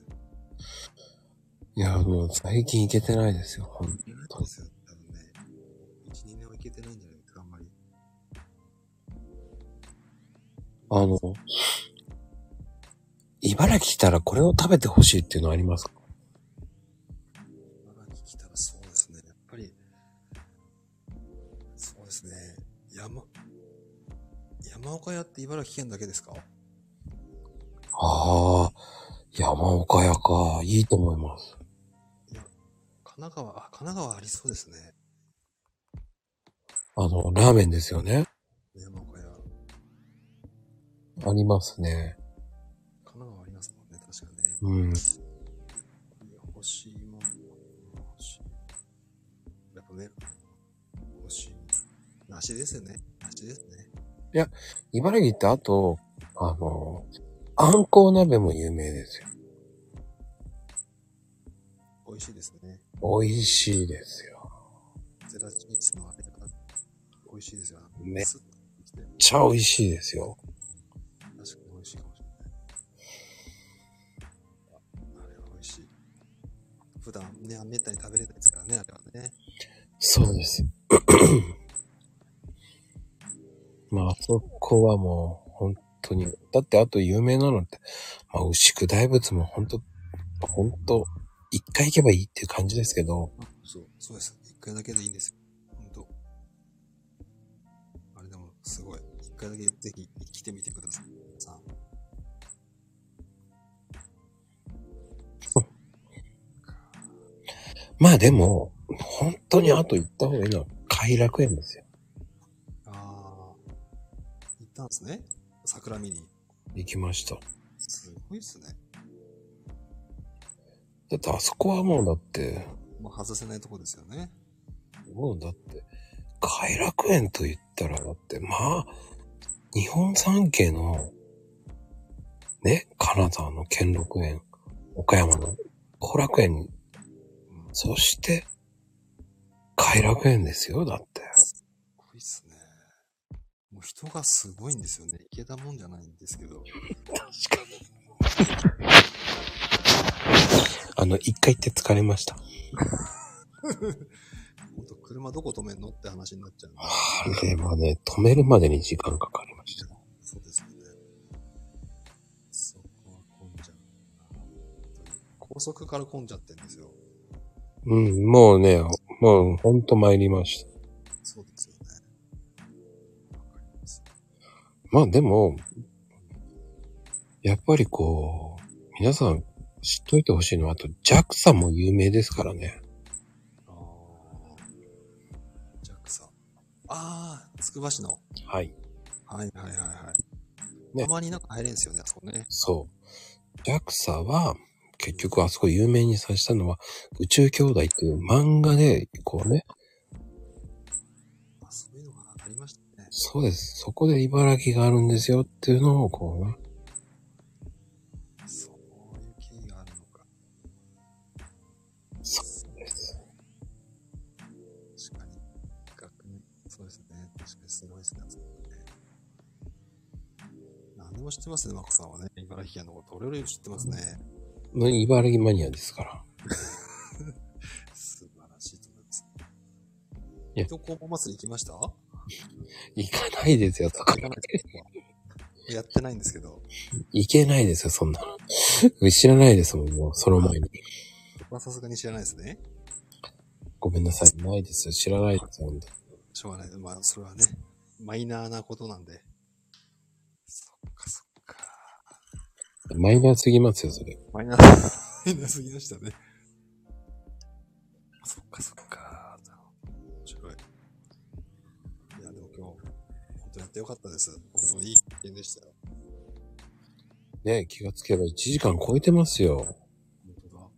Speaker 1: いや、もう最近行けてないですよ、ほん
Speaker 2: そうですよ。多分ね、1、2年はいけてないんじゃないですか、あんまり。
Speaker 1: あの、茨城来たらこれを食べてほしいっていうのはありますか
Speaker 2: 茨城来たらそうですね。やっぱり、そうですね。山、山岡屋って茨城県だけですか
Speaker 1: ああ、山岡屋か。いいと思います。
Speaker 2: 神奈川、あ、神奈川ありそうですね。
Speaker 1: あの、ラーメンですよね。
Speaker 2: 山岡屋。
Speaker 1: ありますね。
Speaker 2: 神奈川ありますもんね、確かね。
Speaker 1: うん。
Speaker 2: 欲しいもん。欲しい。やっぱね、欲しい。梨ですよね。梨ですね。
Speaker 1: 茨城ってあと、あの、あんこう鍋も有名ですよ。
Speaker 2: 美味しいですね。
Speaker 1: 美味しいですよ。
Speaker 2: ゼラチン質のあれがあって、美味しいですよ。
Speaker 1: めっ
Speaker 2: スッときて
Speaker 1: ちゃ美味しいですよ。
Speaker 2: 確かに美味しいかもしれない。あれは美味しい。普段ね、めったに食べれないですからね、あれはね。
Speaker 1: そうです。 <coughs> まあ、あそこはもう、本当に。だって、あと有名なのって、まあ、牛久大仏も本当、本当、一回行けばいいっていう感じですけど、
Speaker 2: そう、そうです。一回だけでいいんですよ。ほんと。あれでも、すごい。一回だけぜひ来てみてください。さん。
Speaker 1: まあでも、本当にあと行った方がいいのは、偕楽園ですよ。
Speaker 2: ああ。行ったんですね。桜見に。
Speaker 1: 行きました。
Speaker 2: すごいっすね。
Speaker 1: だって、あそこはもうだって、
Speaker 2: もう外せないとこですよね。
Speaker 1: もうだって、偕楽園と言ったら、だって、まあ、日本三景の、ね、金沢の兼六園、岡山の後楽園、
Speaker 2: うん。す
Speaker 1: そして、偕楽園ですよ、だって。
Speaker 2: ごいっすね。もう人がすごいんですよね。行けたもんじゃないんですけど。
Speaker 1: 確かに。あの、一回行って疲れました。
Speaker 2: ほんと、車どこ止めんのって話になっちゃうんで。
Speaker 1: あれはね、止めるまでに時間かかりました。
Speaker 2: そうですよね。そこは混んじゃうな。本当に高速から混んじゃってんですよ。
Speaker 1: うん、もうね、もうほんと参りました。
Speaker 2: そうですよね。わかります。
Speaker 1: まあでも、やっぱりこう、皆さん知っといてほしいのは、あと JAXA も有名ですからね。
Speaker 2: ああ。ジャックさん。ああ、つくば市の。
Speaker 1: はい。
Speaker 2: はいはいはいはい。
Speaker 1: ね
Speaker 2: たまになんか入れんですよね、あそこね。
Speaker 1: そう。JAXA は、結局あそこ有名にさせたのは、宇宙兄弟っていう漫画で、こうね、
Speaker 2: あそういうのがありましたね。
Speaker 1: そうです。そこで茨城があるんですよっていうのを、こうね、
Speaker 2: そういう経緯があるのか。
Speaker 1: そうです。
Speaker 2: 確かに。学年。そうですね。確かにすごいですね、あそこね。何でも知ってますね、マコさんはね。茨城県のこと。俺より知ってますね。
Speaker 1: の茨城マニアですから。
Speaker 2: 素晴らしいと思います。
Speaker 1: いや
Speaker 2: 水戸黄門祭り行きました行
Speaker 1: 行かないですよ、
Speaker 2: かないですか <laughs> やってないんですけど、
Speaker 1: 行けないですよ、そんなの。知らないですもん、もう、その前に。
Speaker 2: 僕はさすがに知らないですね。
Speaker 1: ごめんなさい。ないですよ。知らないですよ。本当
Speaker 2: しょうがない。まあ、それはね、マイナーなことなんで。そっかそっか。
Speaker 1: にマイナーすぎますよ、それ。
Speaker 2: マイナー、 <laughs> マイナーすぎましたね。そっかそっか。面白い。いや、でも今日、本当やってよかったです。本当にいい経験でしたよ。
Speaker 1: ね気がつけば1時間超えてますよ。
Speaker 2: 本当だ。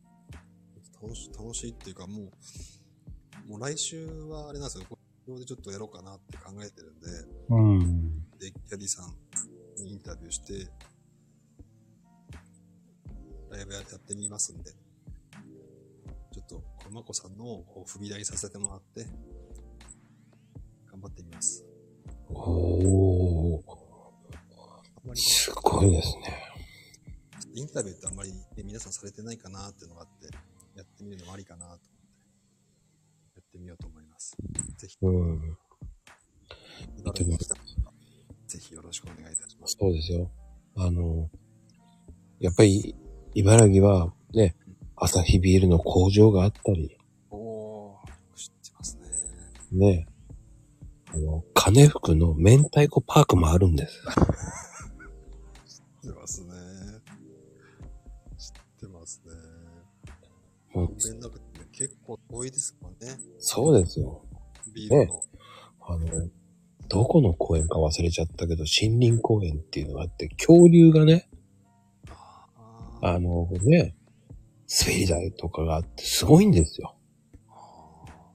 Speaker 2: 楽しい、楽しいっていうかもう、もう来週はあれなんですよ。これでちょっとやろうかなって考えてるんで、
Speaker 1: うん。
Speaker 2: で、キャディさんにインタビューして、ライブやってみますんで、ちょっと、このまこさんのこう踏み台にさせてもらって、頑張ってみます。
Speaker 1: おー。
Speaker 2: あんまり、
Speaker 1: すごいですね。
Speaker 2: インタビューってあんまり、ね、皆さんされてないかなっていうのがあって、やってみるのもありかなと思って、やってみようと思います。ぜひ、
Speaker 1: うん。
Speaker 2: 茨城に来た方はぜひよろしくお願いいたします。
Speaker 1: そうですよ。あの、やっぱり、茨城は、ね、アサヒビールの工場があったり、
Speaker 2: おー、よく知ってますね。
Speaker 1: ね、あの、金福の明太子パークもあるんです。
Speaker 2: 知ってますね。知ってますね。
Speaker 1: もう
Speaker 2: 連絡って結構遠いですもんね。
Speaker 1: そうですよ。
Speaker 2: ビールの。
Speaker 1: あの、どこの公園か忘れちゃったけど、森林公園っていうのがあって、恐竜がね、
Speaker 2: あー
Speaker 1: あのね、滑り台とかがあって、すごいんですよ。
Speaker 2: あ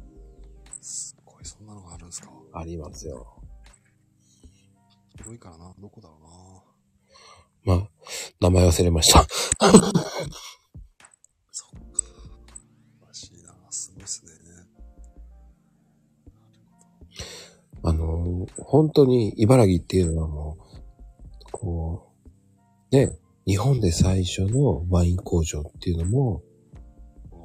Speaker 2: ー。すごい、そんなのがあるんですか。
Speaker 1: ありますよ。
Speaker 2: 広いからな。どこだろうな。
Speaker 1: まあ、名前忘れました。 <laughs>
Speaker 2: そっか。らしいな。すごいっすね。なるほど。
Speaker 1: 本当に茨城っていうのはもう、こう、ね、日本で最初のワイン工場っていうのも、
Speaker 2: お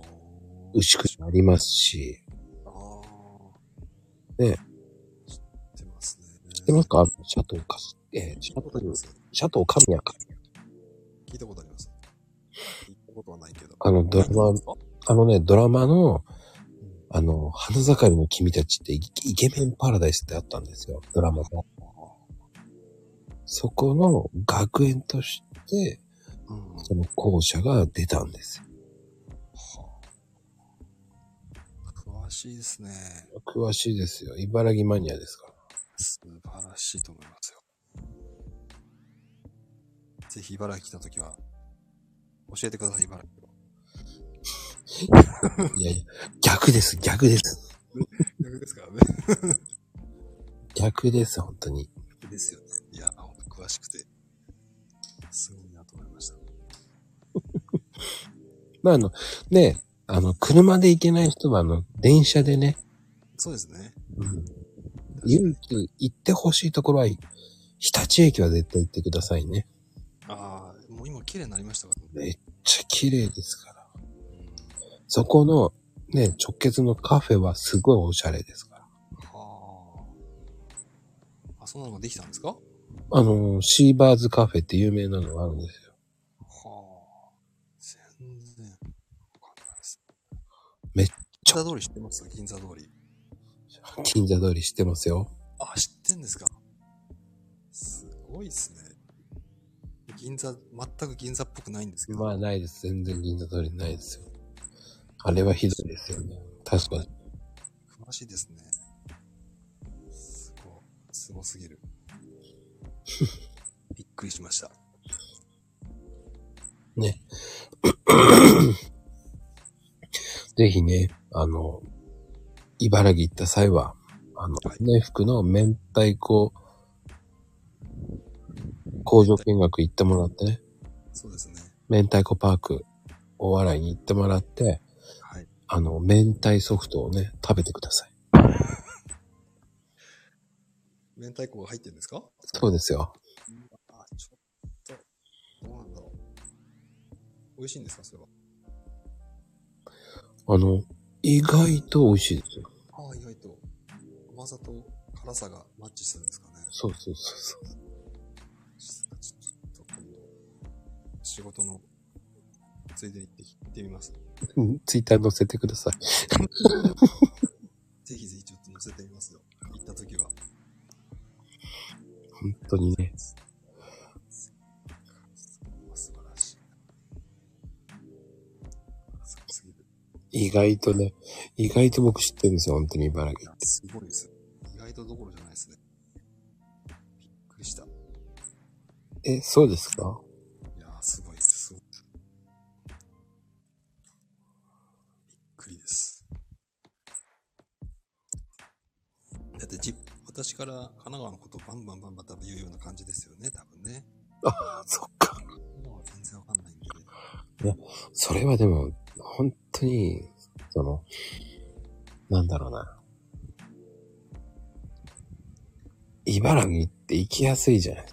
Speaker 2: ー
Speaker 1: 牛久にありますし、
Speaker 2: あー
Speaker 1: ね
Speaker 2: 知ってますね。知
Speaker 1: で、なんか、シャトーか、えーシ
Speaker 2: 聞い
Speaker 1: ャ
Speaker 2: た
Speaker 1: ト
Speaker 2: ことあり
Speaker 1: ー
Speaker 2: ま、す。
Speaker 1: シャトー神谷か。
Speaker 2: 聞いたことあります。聞いたことはないけど。
Speaker 1: あのドラマ
Speaker 2: なんですか
Speaker 1: あのね、ドラマの
Speaker 2: うん、
Speaker 1: あの、花盛りの君たちってイケイケメンパラダイスってあったんですよ、ドラマが。
Speaker 2: あ
Speaker 1: そこの学園として、
Speaker 2: ーうん。は
Speaker 1: その校舎が出たんですよ。
Speaker 2: あ詳しいですね。
Speaker 1: 詳しいですよ。茨城マニアですから。
Speaker 2: 素晴らしいと思いますよ。ぜひ茨城来たときは、教えてください、茨城を。 <laughs>
Speaker 1: いやいや、逆です、逆です。
Speaker 2: 逆ですからね。
Speaker 1: 逆です、本当に。
Speaker 2: <laughs> ですよね。いや、ほんと詳しくて、すごいなと思いました。
Speaker 1: まあ、あの、ね、あの、車で行けない人は、あの、電車でね、
Speaker 2: そうですね。
Speaker 1: うん、唯一行ってほしいところは、日立駅は絶対行ってくださいね。
Speaker 2: ああ、もう今綺麗になりましたから
Speaker 1: め
Speaker 2: ね。
Speaker 1: っちゃ綺麗ですから。そこの、ね、直結のカフェはすごいおしゃれですから。
Speaker 2: はあ。あ、そんなのができたんですかは
Speaker 1: あのー、シーバーズカフェって有名なのがあるんですよ。
Speaker 2: あ。全然、わかんないです。
Speaker 1: めっ
Speaker 2: ちゃ。銀座通り知ってます銀座通り。
Speaker 1: 銀座通り知ってますよ。
Speaker 2: あ、知ってんですかすごいですね。銀座、全く銀座っぽくないんですけど。
Speaker 1: まあないです。全然銀座通りないですよ。あれはひどいですよね。確かに。
Speaker 2: 詳しいですね。すごい、すごすぎる。 <laughs> びっくりしました。
Speaker 1: ね。 <coughs> ぜひね、あの、茨城行った際は、あの、
Speaker 2: はい
Speaker 1: ね、服の明太子工場見学行ってもらってね。
Speaker 2: そうですね。
Speaker 1: 明太子パーク、お笑いに行ってもらって、
Speaker 2: はい。
Speaker 1: あの、明太ソフトをね、食べてください。
Speaker 2: 明太子が入ってるんですか
Speaker 1: そうですよ。
Speaker 2: あ、ちょっと、どうなんだろう。美味しいんですかそれは。
Speaker 1: あの、意外と美味しいですよ。
Speaker 2: ああ、意外と、甘さと辛さがマッチするんですかね。
Speaker 1: そうそうそうそう。
Speaker 2: ちょっと今度、仕事の、ついでに行って行ってみます。
Speaker 1: うん <laughs> ツイッターに載せてください。
Speaker 2: ぜひぜひちょっと載せてみますよ。行った時は。
Speaker 1: 本当にね。
Speaker 2: 素晴らしい。すごすぎる。
Speaker 1: 意外とね、意外と僕知ってるんですよ、本当に茨
Speaker 2: い
Speaker 1: 城
Speaker 2: や。すごいです。意外とどころじゃないですね。びっくりした。い
Speaker 1: え、そうですか
Speaker 2: やー、すごいです。すごいびっくりです。だってじ、私から神奈川のことをバンバンバンバン多分言うような感じですよね、多分ね。
Speaker 1: あ、そっか。
Speaker 2: 今は全然わかんないんで。
Speaker 1: それはでも、本当に、その、なんだろうな。茨城って行きやすいじゃない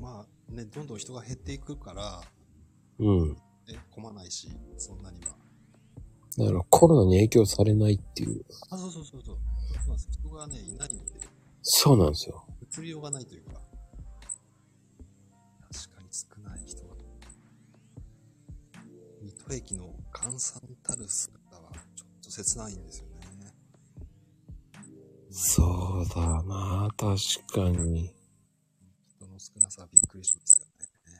Speaker 2: まあね、どんどん人が減っていくから、
Speaker 1: うん。
Speaker 2: え、混まないし、そんなには。
Speaker 1: だからコロナに影響されないっていう。
Speaker 2: あ、そうそうそうそう。そうなんです人がね、いないんで、
Speaker 1: そうなんですよ。
Speaker 2: 移りようがないというか。確かに少ない人が。水戸駅の閑散たる姿は、ちょっと切ないんですよね。
Speaker 1: そうだな確かに。
Speaker 2: 人の少なさはびっくりしますよ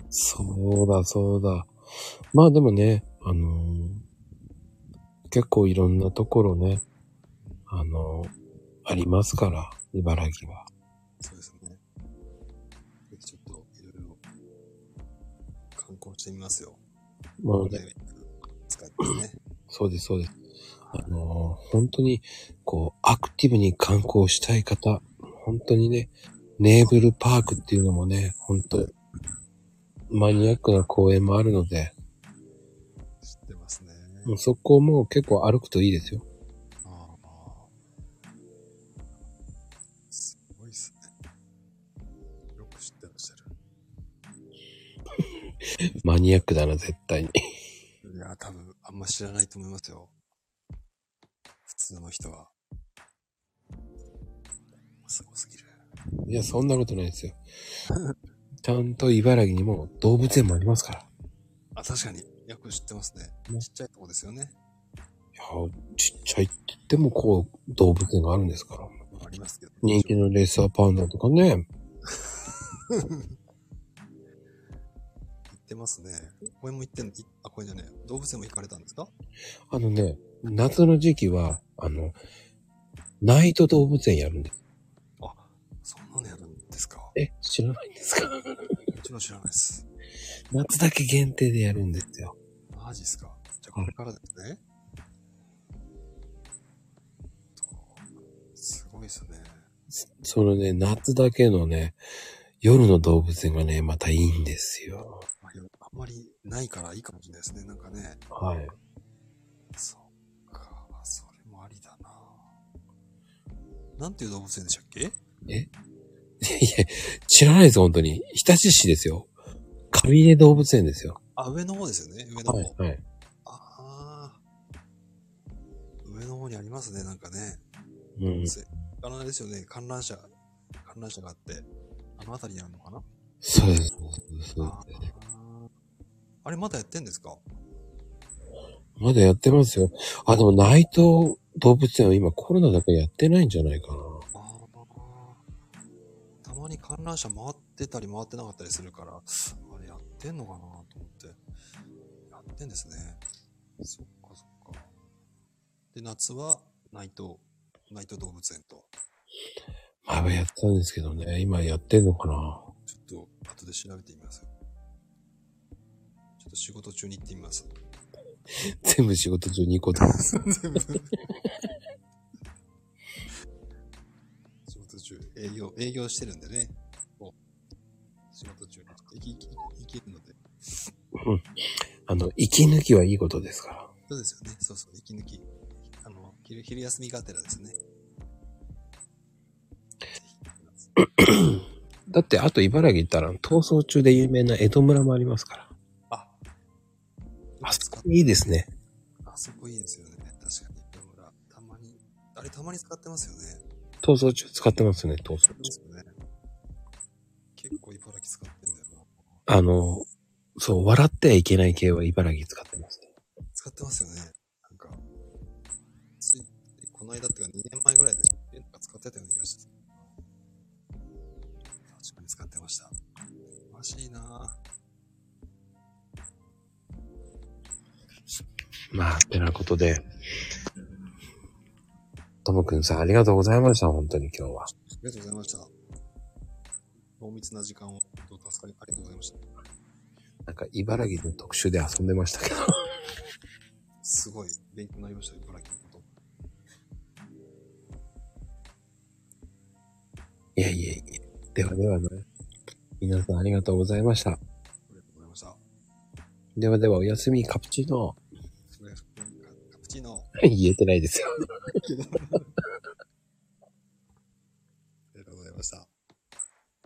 Speaker 2: ね。
Speaker 1: そうだ、そうだ。まあでもね、あのー結構いろんなところね、あのーありますから、茨城は。
Speaker 2: そうですね。ぜひちょっと、いろいろ、観光してみますよ。
Speaker 1: まあ
Speaker 2: ゴールデン
Speaker 1: ね、
Speaker 2: ウィーク使ってね。
Speaker 1: そうです、そうです。あのー本当に、こう、アクティブに観光したい方、本当にね、ネーブルパークっていうのもね、本当マニアックな公園もあるので、
Speaker 2: 知ってますね。
Speaker 1: もうそこも結構歩くといいですよ。
Speaker 2: ああ。
Speaker 1: マニアックだな、絶対に。 <laughs>
Speaker 2: いや、多分、あんま知らないと思いますよ。普通の人は。すごすぎる。
Speaker 1: いや、そんなことないですよ。ちゃんと茨城にも動物園もありますから。
Speaker 2: あ、確かに。よく知ってますね。
Speaker 1: ね
Speaker 2: ちっちゃいとこですよね。
Speaker 1: いや、ちっちゃいって言ってもこう、動物園があるんですから。
Speaker 2: ありますけど。
Speaker 1: 人気のレーサーパンダとかね。
Speaker 2: 行ってますね。公園も行ってん、いあ、公園じゃねえ。動物園も行かれたんですか
Speaker 1: あのね、夏の時期は、あの、ナイト動物園やるんです。
Speaker 2: そんなのやるんですか
Speaker 1: え、知らないんですか
Speaker 2: うちの知らないです。
Speaker 1: 夏だけ限定でやるんですよ。
Speaker 2: マジっすかじゃあこれからですね。とすごいですね。
Speaker 1: そのね、夏だけのね、夜の動物園がね、またいいんですよ。
Speaker 2: まあよあんまりないからいいかもしれないですね。なんかね。
Speaker 1: はい。
Speaker 2: そっか。それもありだな。なんていう動物園でしたっけ
Speaker 1: いやいや、知らないです、本当に。日立市ですよ。上出動物園ですよ。
Speaker 2: あ、上の方ですよね。上の方。
Speaker 1: はい。はい。
Speaker 2: ああ。上の方にありますね。なんかね。
Speaker 1: うん。
Speaker 2: あのあれですよね。観覧車。観覧車があって。あの辺りにあるのかな
Speaker 1: そうです。そうですそうです
Speaker 2: あーあれまだやってんですか
Speaker 1: まだやってますよ。あ、でも内藤動物園は今コロナだからやってないんじゃないかな。
Speaker 2: あーたまに観覧車回ってたり回ってなかったりするから、あれやってんのかなと思って。やってんですね。そっかそっか。で、夏は内藤、内藤動物園と。
Speaker 1: 前はやってたんですけどね。今やってんのかな。
Speaker 2: ちょっと後で調べてみます。ちょっと仕事中に行ってみます。
Speaker 1: 全部仕事中に行こ <laughs> うと思います。
Speaker 2: 全部仕事中、営業、営業してるんでね。もう仕事中に、生き、生き、生きるので。
Speaker 1: あの、息抜きはいいことですから。
Speaker 2: そうですよね。そうそう、息抜き。あの、昼、昼休みがてらですね。ぜひ
Speaker 1: だって、あと茨城行ったら、逃走中で有名な江戸村もありますから。
Speaker 2: あ、
Speaker 1: あそこいいですね。
Speaker 2: あそこいいですよね。確かに、野村。たまに、あれたまに使ってますよね。
Speaker 1: 逃走中使ってますね、逃走
Speaker 2: 使っ
Speaker 1: 中
Speaker 2: て。ますよね。結構茨城使ってんだよな。
Speaker 1: あの、そう、笑ってはいけない系は茨城使ってますね。
Speaker 2: 使ってますよね。なんか、つい、この間っていうか2年前ぐらいで、なんか使ってたような気がして。確かに使ってました。詳しいなぁ。
Speaker 1: まあ、てなことで。ともくんさん、ありがとうございました、本当に今日は。
Speaker 2: ありがとうございました。濃密な時間を本当助かり、ありがとうございました。
Speaker 1: なんか茨城の特集で遊んでましたけど。 <laughs>
Speaker 2: すごい勉強になりました、茨城のこと。
Speaker 1: いやいやいや。ではではね。皆さんありがとうございました。
Speaker 2: ありがとうございました。
Speaker 1: ではではおやすみ、カプチーノ。 <laughs>
Speaker 2: それがカプチーノ。
Speaker 1: 言えてないですよ。
Speaker 2: ありがとうございました。